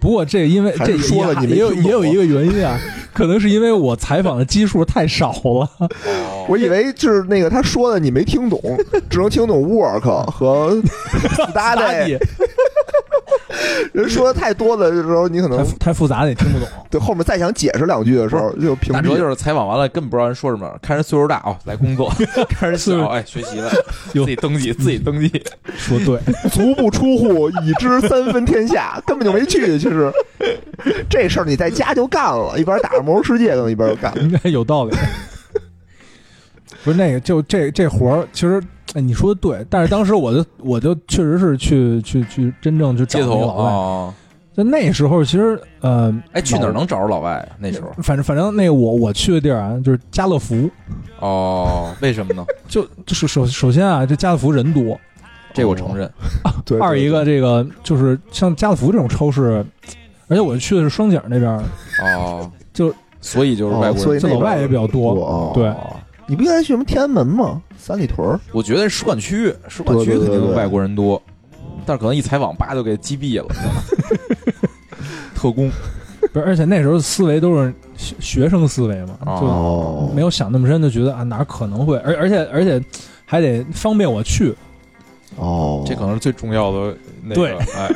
C: 不过这因为
A: 还
C: 这
A: 是说了
C: 也
A: 你没
C: 也有
A: 听懂
C: 也有一个原 因啊，可能是因为我采访的基数太少了。嗯
B: 哦
A: 我以为就是那个他说的你没听懂，只能听懂 work 和 study。人说的太多的时候，你可
C: 太
A: 能
C: 复太复杂了，也听不懂。
A: 对后面再想解释两句的时候就屏
B: 打
A: 蔽
B: 折
A: 了。
B: 就是采访完了，根本不知道人说什么，看人岁数大哦，来工 作； 看人小
A: 啊
B: 哎，学习了，自
C: 哟
B: 己登记，自己登记。
C: 说对，
A: 足不出户，已知三分天下，根本就没去。其实这事儿你在家就干了，一边打着《魔兽世界》，一边就干。
C: 应该有道理。 不是那个，就这这活儿，其实、哎、你说的对，但是当时我就我就确实是去去去真正去找
B: 街
C: 那个
B: 头
C: 老
A: 啊
C: 外。
B: 哦，
C: 就那时候其实呃，
B: 哎，去哪儿
C: 老？
B: 能找着老外啊？那时候
C: 反正反正那个我我去的地儿啊，就是家乐福，
B: 哦，为什么呢？
C: 就就是首首先啊，这家乐福人多，
B: 这我承认。
A: 哦对，
C: 二
A: 对
C: 一个，这个就是像家乐福这种超市，而且我去的是双井那边儿，
B: 哦，
C: 就
B: 所以就是
A: 哦
B: 外国
A: 所以
B: 人
A: 那
C: 这
A: 边
C: 老外也比较多。
A: 我
C: 对
B: 哦
A: 你不应该去什么天安门吗？三里屯儿
B: 我觉得使馆区，使馆区
A: 对对
B: 肯
A: 对
B: 定
A: 对
B: 外国人多，但是可能一采访，叭就给击毙了。 特工
C: 不是，而且那时候思维都是学学生思维嘛，就
A: 哦，
C: 没有想那么深，就觉得啊哪儿可能会，而而且而且还得方便我去。
A: 哦，
B: 这可能是最重要的那个。
C: 对
B: 哎，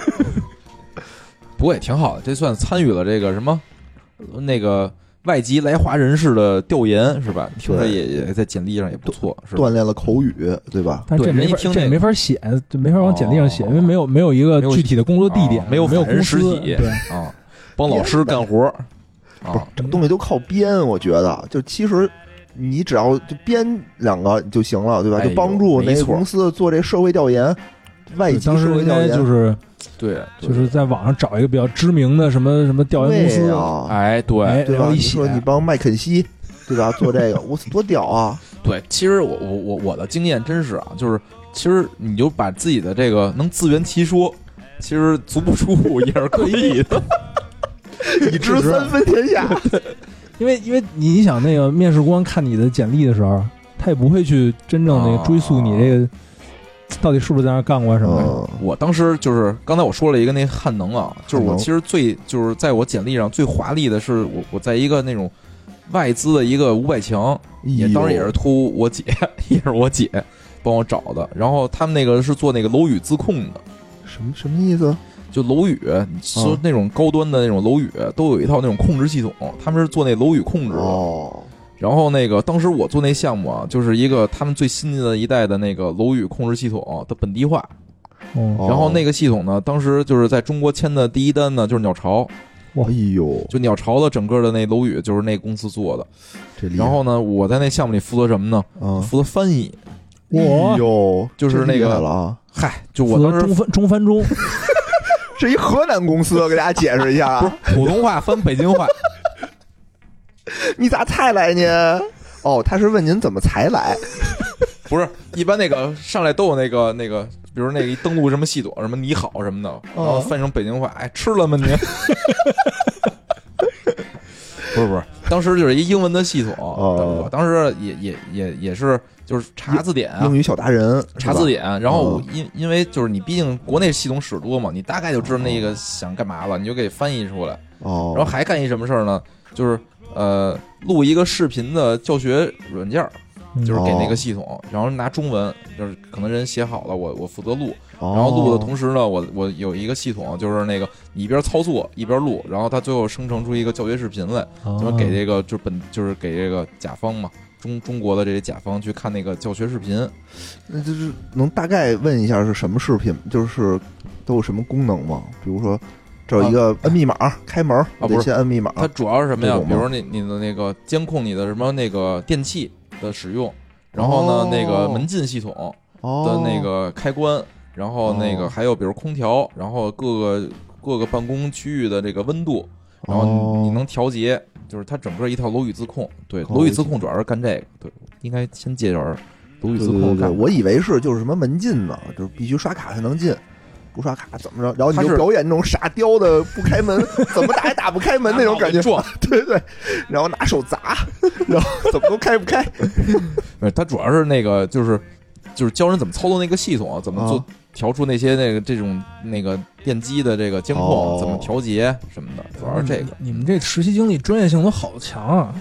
B: 不过也挺好的，这算参与了这个什么那个外籍来华人士的调研是吧？听着
A: 对
B: 也也在简历上也不错，是吧？
A: 锻炼了口语，对吧？
C: 但是这
B: 对人
C: 没
B: 一
C: 法，
B: 听
C: 这
B: 这个
C: 没法写，就没法往简历上写，
B: 哦
C: 因为没有没有一个
B: 没有
C: 具体的工作地点
B: 哦，没有
C: 没有
B: 反人
C: 公司，
B: 实体
C: 对，
B: 啊，帮老师干活儿
A: 不是
B: 啊，
A: 这个东西都靠编，我觉得就其实。你只要就编两个就行了，对吧？
B: 哎呦
A: 就帮助那
B: 没
A: 个
B: 错
A: 公司做这社会调研，外
C: 对
A: 籍
C: 当时
A: 社会
C: 应
A: 调
C: 该
A: 研，
C: 就是
B: 对，
C: 就是在网上找一个比较知名的什么什么调研公
A: 对
C: 司，
A: 啊，
B: 哎，对
C: 哎，
A: 对
C: 然
A: 吧？
C: 后
A: 你
C: 一写
A: 说，你帮麦肯锡，对吧？做这个，我多屌 啊！
B: 对，其实我我我我的经验真是啊，就是其实你就把自己的这个能自圆其说，其实足不出户也是可以的。
A: 已知三分天 下，
C: 因为因为你想那个面试官看你的简历的时候，他也不会去真正那个追溯
B: 哦
C: 你这个到底是不是在那儿干过什么。
A: 嗯
B: 我当时就是刚才我说了一个那汉能啊，就是我
A: 汉能
B: 其实最就是在我简历上最华丽的是我我在一个那种外资的一个五百强，
A: 哎
B: 也当然也是托我姐， 也是我姐帮我找的。然后他们那个是做那个楼宇自控的，
A: 什么什么意思？
B: 就楼宇，你说
A: 啊
B: 那种高端的那种楼宇都有一套那种控制系统，他们是做那楼宇控制的。
A: 哦，
B: 然后那个当时我做那项目啊，就是一个他们最新的一代的那个楼宇控制系统的本地化。
C: 哦，
B: 然后那个系统呢，当时就是在中国签的第一单呢，就是鸟巢，
A: 哎呦，
B: 就鸟巢的整个的那楼宇就是那公司做的。
A: 这厉害
B: 然后呢，我在那项目里负责什么呢？
A: 啊
B: 负责翻译，
A: 哎
C: 我
A: 呦，
B: 就是那个
A: 这厉害了啊！
B: 嗨，就我
C: 负责
B: 当时
C: 中分中翻中，
A: 这一河南公司，我给大家解释一下啊，
B: 普通话翻北京话，
A: 你咋才来呢？哦，他是问您怎么才来？
B: 不是一般那个上来都有那个那个，比如那个一登录什么系统什么你好什么的，然后翻成北京话，哎，吃了吗您？不是不是，当时就是一英文的系统，
A: 哦
B: 我当时也也也也是就是查字典啊
A: 英，语小达人，
B: 查
A: 是吧
B: 字典，然后我
A: 哦
B: 因因为就是你毕竟国内系统使多嘛，你大概就知道那个想干嘛了，你就给翻译出来。
A: 哦，
B: 然后还干一什么事儿呢？就是呃，录一个视频的教学软件儿，
C: 嗯
B: 就是给那
A: 哦
B: 个系统，然后拿中文，就是可能人写好了，我我负责录，
A: 哦
B: 然后录的同时呢，我我有一个系统，就是那个你一边操作一边录，然后它最后生成出一个教学视频来，
C: 哦
B: 怎么给这个就是本就是给这个甲方嘛。中中国的这些甲方去看那个教学视频，
A: 那就是能大概问一下是什么视频，就是都有什么功能吗？比如说，这有一个摁密码开门，我
B: 啊不
A: 得
B: 是
A: 先摁密码。
B: 它主要是什么呀？
A: 这种
B: 比
A: 吗
B: 如你你的那个监控你的什么那个电器的使用，然后
A: 哦
B: 呢那个门禁系统，的
A: 哦，
B: 那个开关，然后那
A: 哦
B: 个还有比如空调，然后各个各个办公区域的这个温度，然后
A: 哦
B: 你你能调节，就是它整个一套楼宇自控。对，
A: 哦
B: 楼宇自控主要是干这个，对，应该先介绍楼
A: 对
B: 宇自
A: 对对
B: 控
A: 对，
B: 干。
A: 我以为是就是什么门禁呢，就是必须刷卡才能进，不刷卡怎么着？然后
B: 它
A: 你
B: 是
A: 就表演那种傻刁的不开门，怎么打也打不开门那种感觉
B: 拿脑袋，撞，
A: 对对。然后拿手砸，然后怎么都开不 开。
B: 呃它主要是那个就是就是教人怎么操作那个系统，怎么做
A: 啊
B: 调出那些那个这种那个电机的这个监
A: 哦
B: 控，怎么调节什么的，主要是这个。
C: 嗯你们这实习经历专业性都好强啊！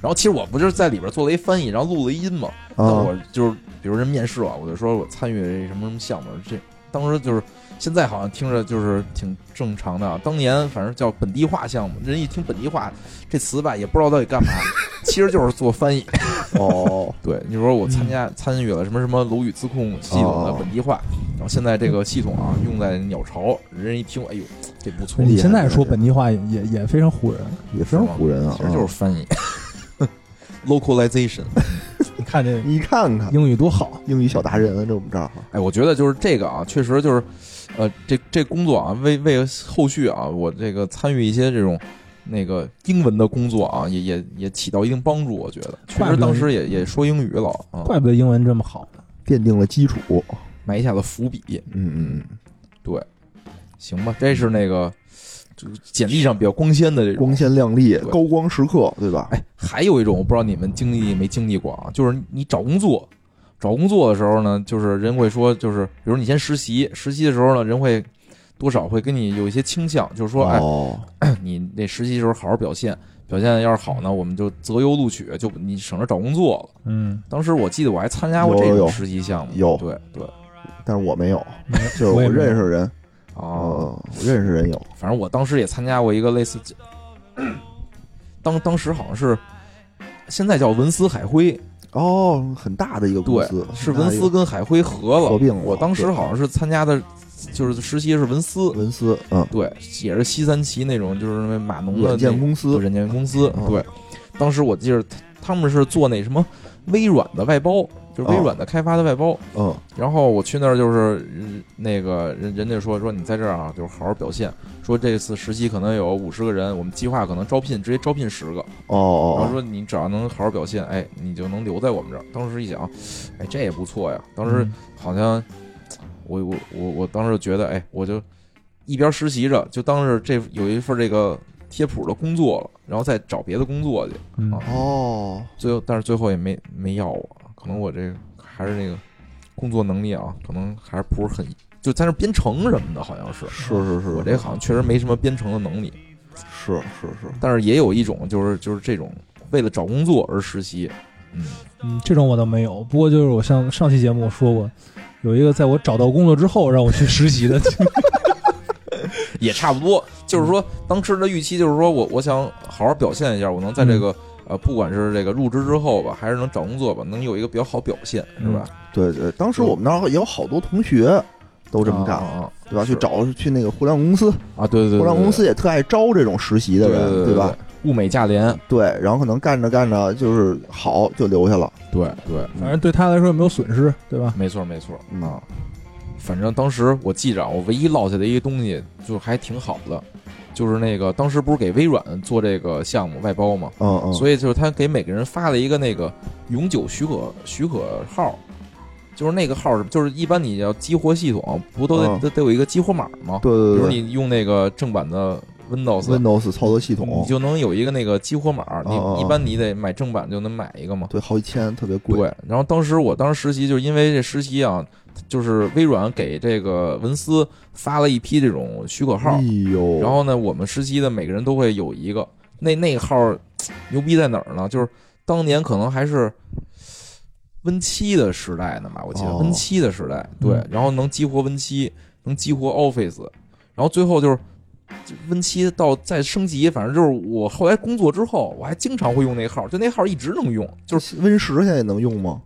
B: 然后其实我不就是在里边做了一翻译，然后录了一音嘛。但
A: 啊
B: 我就是比如人面试啊，我就说我参与这什么什么项目，这当时就是现在好像听着就是挺正常的啊，当年反正叫本地化项目，人一听本地化这词吧，也不知道到底干嘛，其实就是做翻译。
A: 哦，
B: 对，你说我参加参与了什么什么楼宇自控系统的
A: 哦
B: 本地化，然后现在这个系统啊用在鸟巢，人一听，哎呦，这不错，
C: 你现在说本地话也也也非常唬人，
A: 也非常唬人啊
B: 其实就是！翻译，localization。
C: 你看这
A: 你看看
C: 英语多好，
A: 英语小达人，啊这我们这儿
B: 哎，我觉得就是这个啊，确实就是，呃，这这工作啊，为为后续啊，我这个参与一些这种那个英文的工作啊，也也也起到一定帮助。我觉得，确
C: 怪不
B: 实
C: 得
B: 当
C: 你
B: 时也也说英语了啊，
C: 怪不得英文这么好呢。
A: 奠定了基础。
B: 埋下了伏笔。
A: 嗯嗯
B: 行吧，这是那个就是简历上比较光鲜的这
A: 嗯，
B: 种。
A: 光鲜亮丽，
B: 对
A: 高光时刻，对吧？
B: 哎，还有一种我不知道你们经历没经历过啊，就是你找工作，找工作的时候呢，就是人会说，就是比如你先实习，实习的时候呢，人会多少会跟你有一些倾向，就是说，哎，
A: 哦，
B: 你那实习时候好好表现，表现要是好
A: 嗯
B: 呢，我们就择优录取，就你省着找工作了。
C: 嗯，
B: 当时我记得我还参加过这
A: 有有
B: 种
A: 有
B: 实习项目，
A: 有
B: 对对
A: 但是我没有，就是
C: 我也没有
A: 认识人，
B: 啊，
A: 哦，我认识人有，
B: 反正我当时也参加过一个类似，当当时好像是现在叫文思海辉，
A: 哦，很大的一个公
B: 对
A: 司，，
B: 是
A: 很大
B: 文
A: 的一
B: 思
A: 个
B: 跟海辉合了，
A: 合并了
B: 我当时
A: 哦对嗯
B: 好像是参加的，就是实习是文思，
A: 文思，嗯，
B: 对，也是西三旗那种，就是那码农的
A: 软
B: 那
A: 件公司
B: 对，软件公司。
A: 嗯
B: 对，当时我记得他他们是做那什么微软的外包，就是微
A: 哦
B: 软的开发的外包。
A: 嗯，
B: 然后我去那儿就是嗯那个人人家说说你在这儿啊，就是好好表现。说这次实习可能有五十个人，我们计划可能招聘直接招聘十个。
A: 哦
B: 然后
A: 哦，
B: 说你只要能好好表现，哎，你就能留在我们这儿。当时一想，哎，这也不错呀。当时好像我我我我当时就觉得，哎，我就一边实习着，就当是这有一份这个贴谱的工作了，然后再找别的工作去。
C: 嗯
B: 啊
A: 哦哦，
B: 最后，但是最后也没没要我，可能我这个还是那个工作能力啊，可能还是不是很就在那编程什么的，好像是。
A: 是是是，
B: 我这好像确实没什么编程的能力，
A: 是是是，
B: 但是也有一种就是就是这种为了找工作而实习，嗯，
C: 嗯，这种我倒没有。不过就是我上上期节目我说过，有一个在我找到工作之后让我去实习的经历，
B: 也差不多。就是说，
A: 嗯
B: 当时的预期就是说我我想好好表现一下，我能在
A: 嗯
B: 这个、呃，不管是这个入职之后吧，还是能找工作吧，能有一个比较好表现，是吧？
A: 对对，当时我们那儿也有好多同学都这么干，
B: 啊
A: 对吧？
B: 是
A: 去找去那个互联网公司，
B: 啊！对对对，
A: 互联网公司也特爱招这种实习的人，
B: 对对对对
A: 吧？
B: 物美价廉，
A: 对，然后可能干着干着就是好就留下了，
B: 对对，
C: 反正对他来说也没有损失，对吧？
B: 没错没错
A: 嗯
B: 啊。反正当时我记着啊，我唯一落下的一个东西就还挺好的，就是那个当时不是给微软做这个项目外包嘛，
A: 嗯嗯，
B: 所以就是他给每个人发了一个那个永久许可许可号，就是那个号是就是一般你要激活系统不都得
A: 嗯
B: 得得有一个激活码吗？
A: 对
B: 比
A: 对
B: 如
A: 对对
B: 你用那个正版的 Windows，
A: ，Windows 操作系
B: 你
A: 统，
B: 就能有一个那个激活码，
A: 哦哦
B: 你一般你得买正版就能买一个嘛。
A: 对，好几千，特别贵，
B: 对，然后当时我当时实习，就是因为这实习啊，就是微软给这个文思发了一批这种许可号
A: 哎，呦，
B: 然后呢，我们实习的每个人都会有一个，那那个号儿牛逼在哪儿呢？就是当年可能还是 Win 七的时代呢吧，我记得
A: 哦
B: Win 七的时代，对
C: 嗯，
B: 然后能激活 Win 七，能激活 Office，然后最后就是。Win 七到再升级，反正就是我后来工作之后，我还经常会用那号儿，就那号儿一直能用。就是
A: 是 Win 十现在能用吗？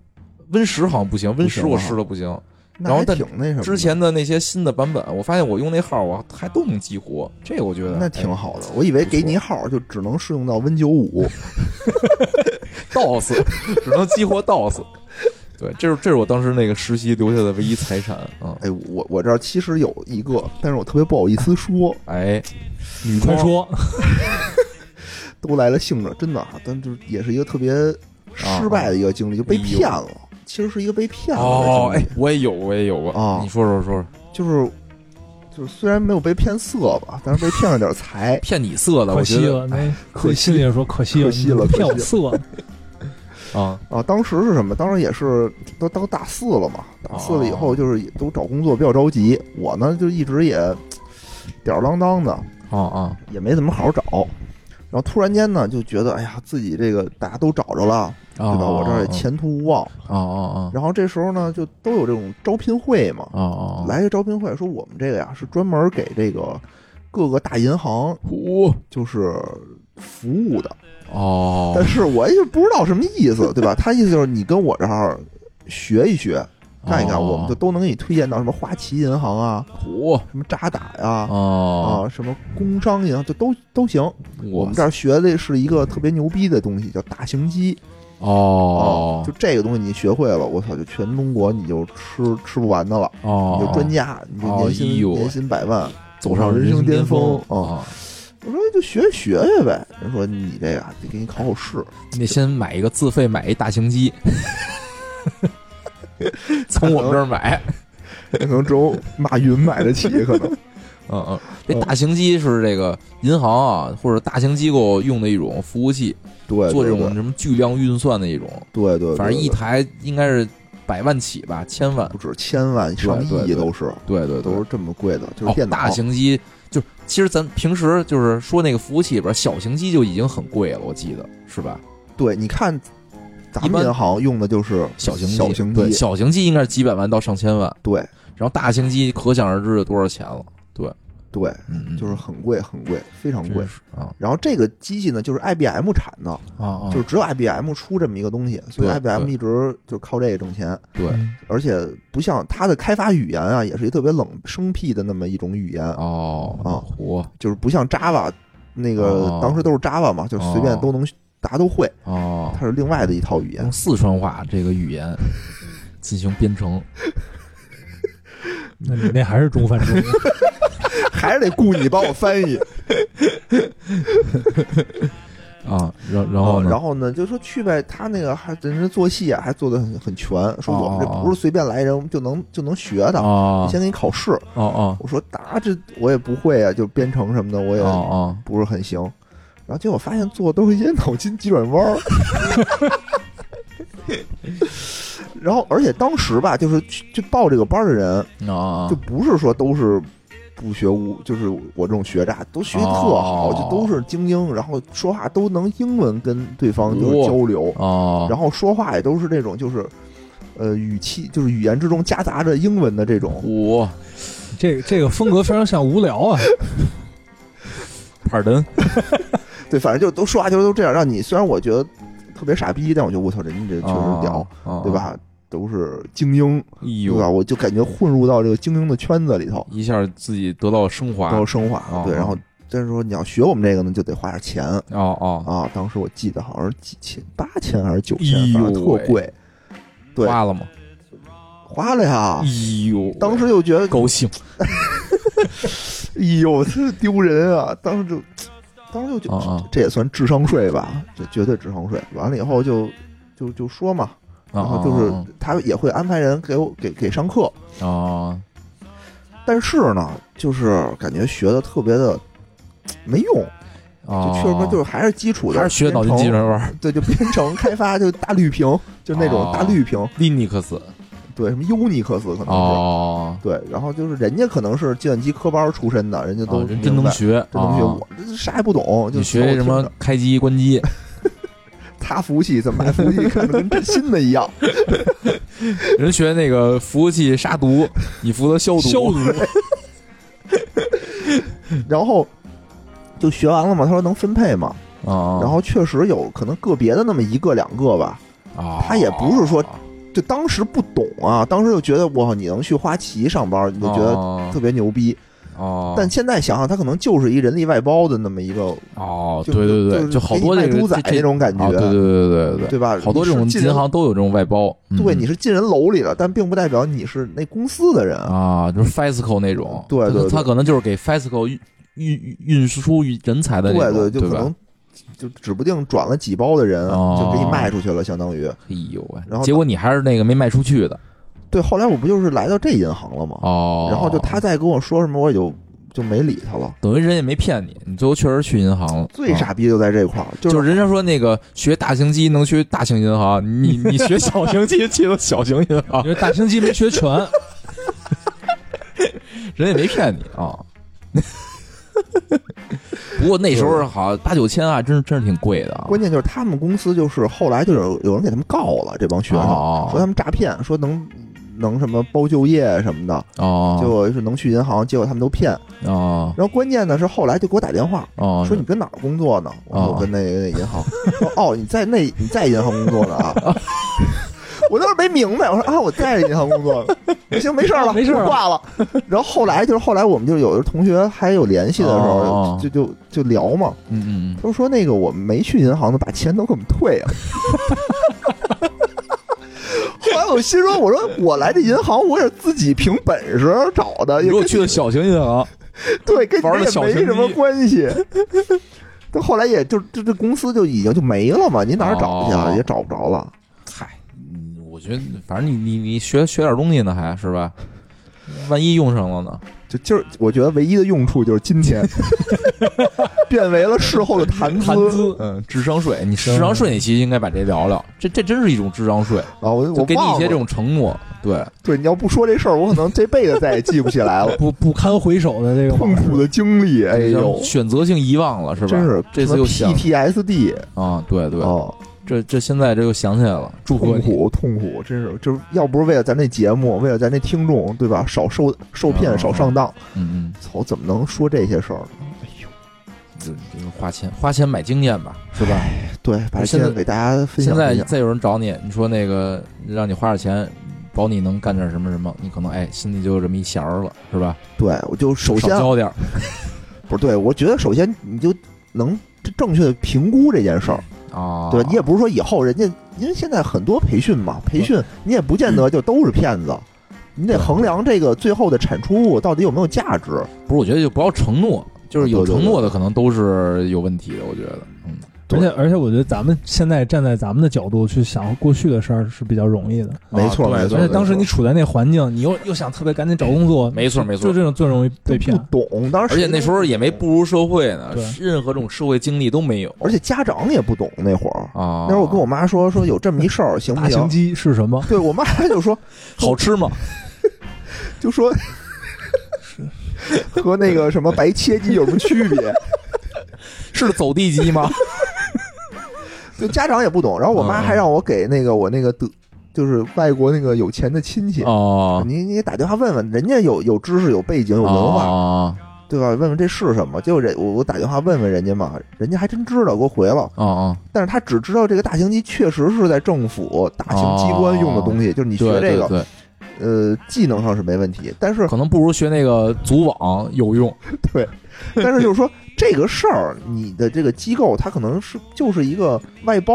B: Win 十好像不行，Win 十
A: 不行
B: 我
A: 了
B: 试了不行。
A: 那
B: 然后
A: 还
B: 但
A: 挺那什么的，
B: 之前的那些新的版本，我发现我用那号儿我还都能激活，这个我觉得
A: 那
B: 哎
A: 挺好的，我以为给你号就只能适用到 Win 九五，
B: DOS，只能激活 DOS。对，这是这是我当时那个实习留下的唯一财产啊！
A: 哎，我我这儿其实有一个，但是我特别不好意思说，
B: 哎，女
C: 快
B: 装
C: 说，
A: 都来了性质，真的，啊但就是也是一个特别失败的一个经历，就被骗了。其实是一个被骗了
B: 哎哦，
A: 的
B: 哎
A: 经历，，
B: 我也有，我也有过。
A: 哦
B: 你说说说说，，
A: 就是就是虽然没有被骗色吧，但是被骗了点财
B: 骗你色的，
C: 可
B: 我觉
C: 惜
B: 得
C: 了，那
A: 可
C: 心
A: 惜
C: 里说可惜了，
A: 可惜了
C: 你
A: 可
C: 骗我
A: 惜
C: 色，
B: 啊，
A: 啊。当时是什么？当时也是都都大四了嘛，大四了以后
B: 哦
A: 就是也都找工作比较着急，我呢就一直也吊儿郎当的，
B: 啊啊，
A: 也没怎么好好找。然后突然间呢，就觉得哎呀，自己这个大家都找着了，
B: 对
A: 对吧？我
B: 哦
A: 这儿也前途无望。
B: 啊啊啊
A: 然后这时候呢，就都有这种招聘会嘛，
B: 啊啊！，
A: 来个招聘会，说我们这个呀是专门给这个各个大银行
B: 呼
A: 就是服务的，
B: 哦
A: 但是我也不知道什么意 思，对吧？他意思就是你跟我这儿学一学，看一看，我们就都能给你推荐到什么花旗银行啊，
B: 呼
A: 什么渣打呀。啊，
B: 哦
A: 什么工商银行就都都行。我们这儿学的是一个特别牛逼的东西，叫大型机啊
B: 哦
A: 就这个东西你学会了，我操，就全中国你就吃吃不完的了。
B: 哦，
A: 啊你就专家，你就年
B: 哎
A: 薪、
B: 呦喂
A: 年薪百万，
B: 走
A: 上
B: 上
A: 人
B: 生
A: 生巅
B: 峰
A: 啊！！我说就学学学呗。人说你这个得给你考考试，
B: 你得先买一个自费买一大型机，从我们这儿买。
A: 可能只有马云买得起，可能
B: 嗯嗯，这大型机是这个银行啊或者大型机构用的一种服务器，
A: 对
B: 做这
A: 呃对
B: 种什么巨量运算的一种，
A: 对对对，
B: 反正一
A: 对
B: 台应该是百万起吧，千万
A: 不。止千万上
B: 对
A: 亿
B: 对
A: 都是
B: 对对
A: 都
B: 对
A: 是，这么贵的，就是
B: 哦
A: 电，脑
B: 大型机就其实咱平时就是说那个服务器里边小型机就已经很贵了，我记得是吧？
A: 对，你看咱
B: 一
A: 们
B: 般
A: 银行用的就是
B: 小型机
A: 小型
B: 对
A: 机，
B: 小型机应该是几百万到上千万，
A: 对
B: 然后大型机可想而知有多少钱了。
A: 对，
B: 嗯，嗯
A: 就是很贵很贵，非常
B: 真
A: 贵。
B: 是啊
A: 然后这个机器呢，就是 IBM 产的，
B: 啊啊！
A: 就是只有 IBM 出这么一个东西，所以
B: 对
A: IBM
B: 对
A: 一直就靠这个挣钱。
B: 对
C: 嗯
A: 而且不像它的开发语言啊，也是一特别冷生僻的那么一种语言，
B: 哦
A: 啊
B: 火
A: 就是不像 Java 那个
B: 哦
A: 当时都是 Java 嘛，就随便都能大家都会，
B: 哦，
A: 它是另外的一套语言
B: 用。四川话这个 语言进行编程，
C: 那你那还是中饭中，
A: 还是得雇你帮我翻译。
B: 啊， 然然后
A: 嗯
B: 呢
A: 然后呢，就说去呗，他那个还人家做戏啊，还做的很很全，说我们这
B: 哦
A: 不是随便来人就能就能学的。
B: 哦
A: 先给你考试，
B: 哦哦
A: 我说答这我也不会啊，就编程什么的我也
B: 哦哦，
A: 不是很行。然后结果发现做的都是一些脑筋急转弯儿。 然后，而且当时吧，就是去去报这个班儿的人，
B: 哦哦
A: 就不是说都是不学无，就是我这种学渣，都学习特好，
B: 哦
A: 就都是精英，然后说话都能英文跟对方就是交流，
B: 哦，
A: 然后说话也都是这种就是，呃，语气就是语言之中夹杂着英文的这种，
B: 五
C: 这个这个风格非常像无聊啊，
B: pardon
A: 对，反正就都说话就都这样，让你虽然我觉得特别傻逼，但我觉得我操，人家这确实屌，，
B: 哦
A: 对？吧？都是精英，
B: 哎
A: 对吧？
B: 呦，
A: 我就感觉混入到这个精英的圈子里头，
B: 一下自己得到升华
A: 然后升华，
B: 哦
A: 对，然后但是说你要学我们这个呢，就得花点钱
B: 哦哦，
A: 啊。当时我记得好像是几千、八千还是九千
B: 哎，呦
A: 反正特贵，对
B: 花了吗？
A: 花了呀
B: 哎。呦，
A: 当时就觉得，
B: 高兴，
A: 哎呦，这丢人啊！当时就，当时就觉
B: 啊
A: 得
B: 啊
A: 这也算智商税吧，这绝对智商税。完了以后就就就说嘛，
B: 啊
A: 然后
B: 啊，
A: 就是他也会安排人给我给给上课，
B: 啊啊，
A: 但是呢，就是感觉学的特别的没用，就
B: 就
A: 确实就是还是基础的，
B: 啊还是学脑筋急转弯
A: 对，就编程开发，就大绿屏，就那
B: 啊
A: 种大绿屏，
B: ，Linux
A: 对，什么 Unix 可能是，
B: 哦，
A: 对，然后就是人家可能是计算机科班出身的，人家都
B: 啊
A: 明
B: 人
A: 白
B: 真能，学，
A: 真能学，
B: 啊
A: 我这啥也不懂，就
B: 你学什么开机关 机，
A: 擦服务器怎么买服务器，看着跟真新的一 样，
B: 人学那个服务器杀毒，你负责消毒，
C: 消毒
A: 然后。就学完了嘛，他说能分配嘛，
B: 啊，
A: 然后确实有可能个别的那么一个两个吧，
B: 啊，
A: 他也不是说就当时不懂啊，当时就觉得我靠，你能去花旗上班，你就觉得
B: 哦
A: 特别牛逼。
B: 哦，
A: 但现在想想，他可能就是一人力外包的那么一个，
B: 哦，
A: 就
B: 对对
A: 就
B: 对，
A: 是
B: 好
A: 给你
B: 多
A: 卖
B: 这个
A: 猪仔
B: 这
A: 那种感觉
B: 啊对对对对对对，
A: 对吧？
B: 好多
A: 你
B: 这
A: 是
B: 种
A: 进
B: 银
A: 人，
B: 行都有这种外包，嗯
A: 对，你是进人楼里了，但并不代表你是那公司的人。
B: 啊，就是 FESCO 那种，
A: 对对
B: 他
A: 对
B: 他可能就是给 FESCO 运运运输人才的
A: 对
B: 那种，
A: 对，
B: 对，
A: 就可能
B: 吧？
A: 就指不定转了几包的人，
B: 哦
A: 就给你卖出去了，相当于。
B: 哎呦喂，
A: 然后
B: 结果你还是那个没卖出去的
A: 对，后来我不就是来到这银行了吗？
B: 哦，
A: 然后就他再跟我说什么，我也就就没理他了。
B: 等于人也没骗你，你最后确实去银行了，
A: 最
B: 啊
A: 傻逼就在这块儿，就
B: 就是是人家说那个学大型机能去大型 银行，你你学小型机去了小型银行
C: 因，为大型机没学全，
B: 人也没骗你 啊。不过那时候好八九千啊，真是真是挺贵的啊。
A: 关键就是他们公司就是后来就有有人给他们告了这帮学生，
B: 哦
A: 说他们诈骗，说能能什么包就业什么的，结
B: 哦
A: 果是能去银行，结果他们都骗。
B: 哦
A: 然后关键呢是后来就给我打电话，
B: 哦，
A: 说你跟哪儿工作呢？我说
B: 哦
A: 我跟那那银行。 说哦，你在那你在银行工作呢啊？ 我当时没明白，我说啊我在银行工作呢，行没事儿了，
C: 啊没事儿
A: 我挂了。然后后来就是后来我们就有的同学还有联系的时候
B: 哦，
A: 就就就聊嘛，
B: 嗯嗯
A: 他说那个我们没去银行的，把钱都给我们退啊了。 后来我心说，我说我来这银行，我也是自己凭本事找的，
B: 嗯，
A: 呃也
B: 如果
A: 跟
B: 去了小型银行，
A: 对跟你
B: 玩
A: 们
B: 了
A: 也
B: 小
A: 没
B: 型
A: 什么
B: 机
A: 关系。但后来也就这这公司就已经就没了嘛，你哪儿找去啊？
B: 哦
A: 也找不着了。
B: 嗨，嗯我觉得反正你你你学学点东西呢，还是吧？万一用上了呢？
A: 就今儿，我觉得唯一的用处就是金钱， 变为了事后的谈资
C: 谈资
B: 嗯，智商税，你
C: 行。
B: 智商税，你其实应该把这聊聊，这这真是一种智商税，
A: 啊！我
B: 就
A: 我
B: 给你一
A: 忘
B: 些这
A: 了，
B: 种承诺，对，
A: 对，你要不说这事儿，我可能这辈子再也记不起来了
C: 不不堪回首的这个
A: 痛
C: 往事
A: 苦的经历，哎 呦，
B: 选择性遗忘了是吧？
A: 真是
B: 这次又想
A: PTSD
B: 啊，对对，
A: 哦，
B: 这这现在这又想起来了，祝贺
A: 痛
B: 你
A: 苦痛苦，真是就是要不是为了咱这节目，为了咱这听众，对吧？少受受骗，
B: 嗯
A: 少上当，
B: 嗯嗯，
A: 操，怎么能说这些事儿呢？哎呦，
B: 这这个花钱花钱买经验吧，是吧？
A: 对，把
B: 现
A: 现
B: 在
A: 在给大家分
B: 现
A: 享
B: 在
A: 分享。
B: 再有人找你，你说那个让你花点钱，保你能干点什么什么，你可能哎心里就有这么一弦儿了，是吧？
A: 对，我就首
B: 少
A: 先
B: 交点儿，
A: 不是对，我觉得首先你就能正确的评估这件事儿，
B: 啊，
A: 对吧？你也不是说以后人家，因为现在很多培训嘛，培训你也不见得就都是骗子。你得
B: 对啊
A: 衡量这个最后的产出物到底有没有价值，
B: 不是，我觉得就不要承诺，就是有
A: 对对对
B: 承诺的可能都是有问题的，我觉得，嗯，
A: 对
C: 而且而且，我觉得咱们现在站在咱们的角度去想过去的事儿是比较容易的，
A: 没错
B: 啊对
A: 没错
C: 而
B: 对
C: 且当时你处在那环境，你又又想特别赶紧找工作，
B: 没错没错
C: 就这种最容易被
A: 不
C: 骗。
A: 懂。当时
B: 而且那时候也没步入社会呢
C: 对，
B: 任何这种社会经历都没有
A: 而且家长也不懂那会儿。
B: 啊。
A: 那时候我跟我妈说说有这么一事儿，行不
C: 大型
A: 行？
C: 机是什么？
A: 对我妈就说
B: 好吃吗？
A: 就说和那个什么白切鸡有什么区 别？
B: 是走地鸡吗？
A: 就家长也不懂。然后我妈
B: 嗯嗯
A: 还让我给那个我那个德就是外国那个有钱的亲戚，
B: 哦，
A: 你你给打电话问问，人家有有知识有背景有文化，
B: 哦
A: 对吧？问问这是什么？结果人我我打电话问问人家嘛，人家还真知道给我回了。
B: 哦哦，
A: 但是他只知道这个大型机确实是在政府大型机关用的东西，就是你
B: 对
A: 学这个
B: 哦对对，
A: 呃技能上是没问题，但是
B: 可能不如学那个组网有用。
A: 但是就是说这个事儿，你的这个机构它可能是就是一个外包，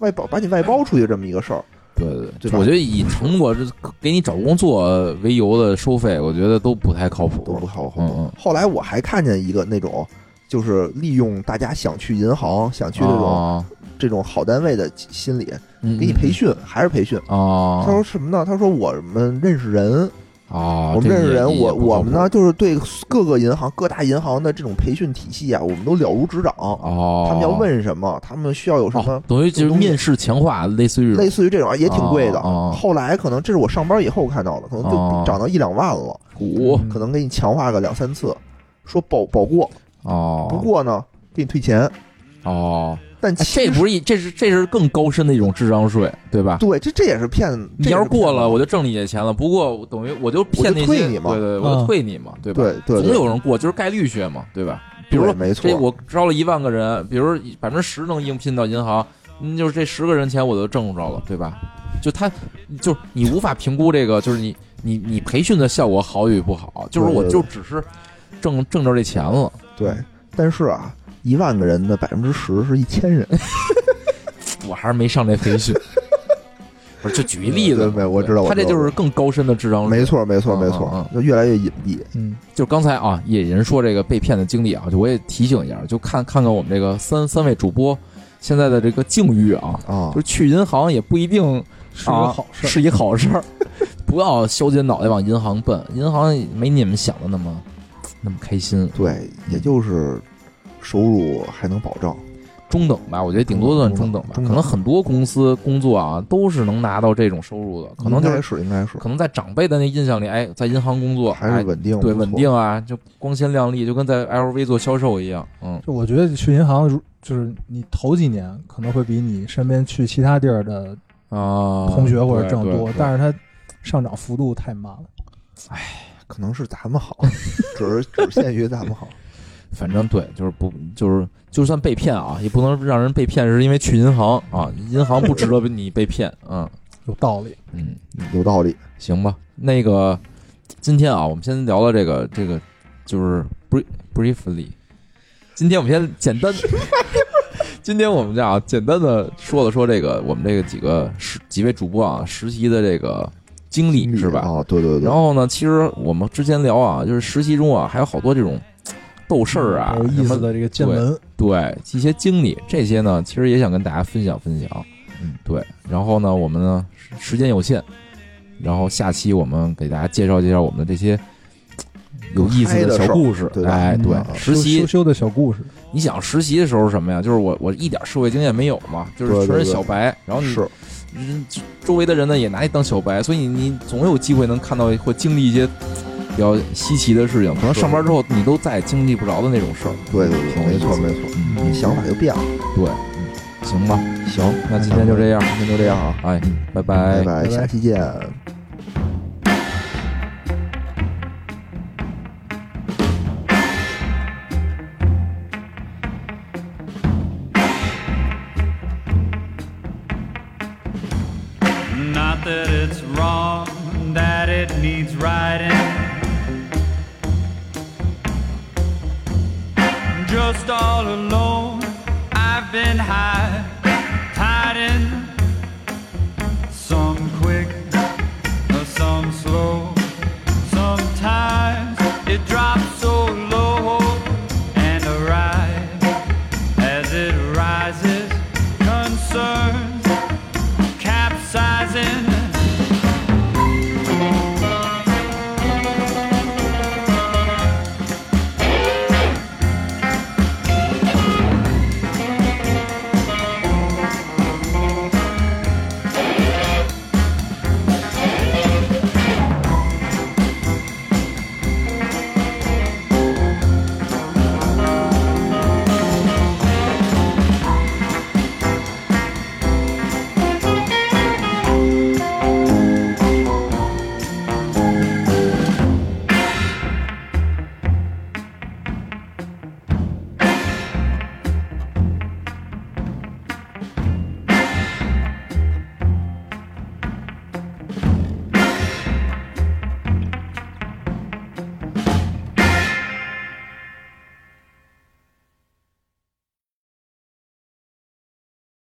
A: 外包把你外包出去这么一个事儿。
B: 对对
A: 对吧
B: 我觉得以成果这给你找工作为由的收费，我觉得都不太靠
A: 都
B: 谱。
A: 不靠谱。
B: 嗯嗯
A: 后来我还看见一个那种，就是利用大家想去银行、想去这种、
B: 啊，
A: 这种好单位的心理，
B: 给
A: 给你培训，还是培训。
B: 啊
A: 他说什么呢？他说我们认识人，
B: 啊，
A: 我们
B: 这
A: 认识
B: 也
A: 人，
B: 也
A: 我
B: 不靠
A: 我
B: 谱
A: 们呢就是对各个银行、各大银行的这种培训体系啊，我们都了如指掌。
B: 哦，
A: 他们要问什么，他们需要有什么
B: 哦，等于就是面试强化，类似于这种
A: 类似于这种啊也挺贵的。
B: 哦哦
A: 后来可能这是我上班以后看到的，可能就
B: 哦嗯
A: 涨到一两万了，
B: 股
A: 可能给你强化个两三次，说保保过，
B: 哦，
A: 不过呢给你退钱。
B: 哦，
A: 但
B: 哎
A: 其实
B: 这不是一，这是这是更高深的一种智商税，对吧？
A: 对，这这也是骗。
B: 你要是过了，
A: 我
B: 我就挣你这钱了。不过等于我就骗那些，
A: 我就退你嘛
B: 对对，我就
C: 嗯
B: 退你嘛，对吧？
A: 对对
B: 总
A: 对，
B: 有人过，就是概率学嘛，对吧？比如
A: 对
B: 说
A: 没
B: 这
A: 错，
B: 我招了一万个人，比如百分之十能应聘到银行，嗯就是这十个人钱我都挣着了，对吧？就他，就是你无法评估这个，就是你你你培训的效果好与不好，就是我
A: 对对
B: 就只是挣挣着这钱了，
A: 对。但是啊，一万个人的百分之十是一千人。
B: 我还是没上这培训。 不是，就举一例子
A: 对
B: 嘛，
A: 对对我
B: 对
A: 知道我
B: 他这
A: 知道
B: 就是更高深的智商税
A: 没错，没错，
B: 嗯
A: 没
B: 嗯
A: 错，就越来越隐蔽。
C: 嗯
B: 就刚才啊，野人说这个被骗的经历啊，就我也提醒一下，就看看看我们这个三三位主播现在的这个境遇啊，
A: 啊
B: 就是去银行也不一定
C: 是个好
B: 啊
C: 事儿，
B: 是一好事 儿。不要削尖脑袋往银行奔，银行没你们想的那么那么开心，
A: 对，也就是收入还能保障，
B: 中等吧，我觉得顶多算中等吧。
A: 中等中等
B: 可能很多公司工作啊都是能拿到这种收入的，可能就
A: 应该
B: 是
A: 嗯是应该是
B: 可能在长辈的那印象里，哎，在银行工作
A: 还
B: 哎
A: 是稳定，
B: 对
A: 不错
B: 稳。定啊，就光鲜亮丽，就跟在 LV 做销售一样，嗯。
C: 就我觉得去银行，如就是你头几年可能会比你身边去其他地儿的
B: 啊，
C: 同学或者挣得多，但
B: 是
C: 是它上涨幅度太慢了。
A: 可能是咱们好， 只是只限于咱们好。
B: 反正对，就是不就是就算被骗啊，也不能让人被骗是因为去银行啊，银行不值得你被骗，嗯
C: 有道理，
B: 嗯，
A: 有道理，
B: 行吧，那个今天啊，我们先聊聊这个这个就是 brief briefly，今天我们先简单。 今天我们这样啊简单的说了说这个我们这个几个实几位主播啊实习的这个经历是吧？
A: 啊，对对对
B: 然。后呢，其实我们之前聊啊，就是实习中啊，还有好多这种斗事儿啊，
A: 嗯
C: 有
B: 什
C: 意
B: 么
C: 思的这个见闻，
B: 对一些经历，这些呢，其实也想跟大家分享分享。
A: 嗯，
B: 对。然后呢，我们呢时时间有限，然后下期我们给大家介绍介绍我们的这些有意思小故事。
A: 嗨的事儿对吧
B: 哎，对，
A: 嗯
B: 实
C: 羞
B: 习
C: 羞，羞的小故事，
B: 你想实习的时候是什么呀？就是我我一点社会经验没有嘛，就是
A: 对对
B: 全是
A: 对
B: 小白。然后你
A: 是
B: 嗯，就周围的人呢也拿你当小白，所以你你总有机会能看到或经历一些比较稀奇的事情。可能
A: 是
B: 上班之后你都再也经历不着的那种事儿。
A: 对对对，
B: 挺有
A: 没
B: 意思
A: 错
B: 的
A: 没错，
B: 嗯，
A: 想法就变了。
B: 对，嗯，行吧，
A: 行，
B: 那今天就这样，
A: 今天就这样啊，
B: 哎，拜
A: 拜
B: 拜。
A: 拜，
C: 拜
A: 下期见。
D: Not that it's wrong, that it needs righting. Just all alone, I've been high uh,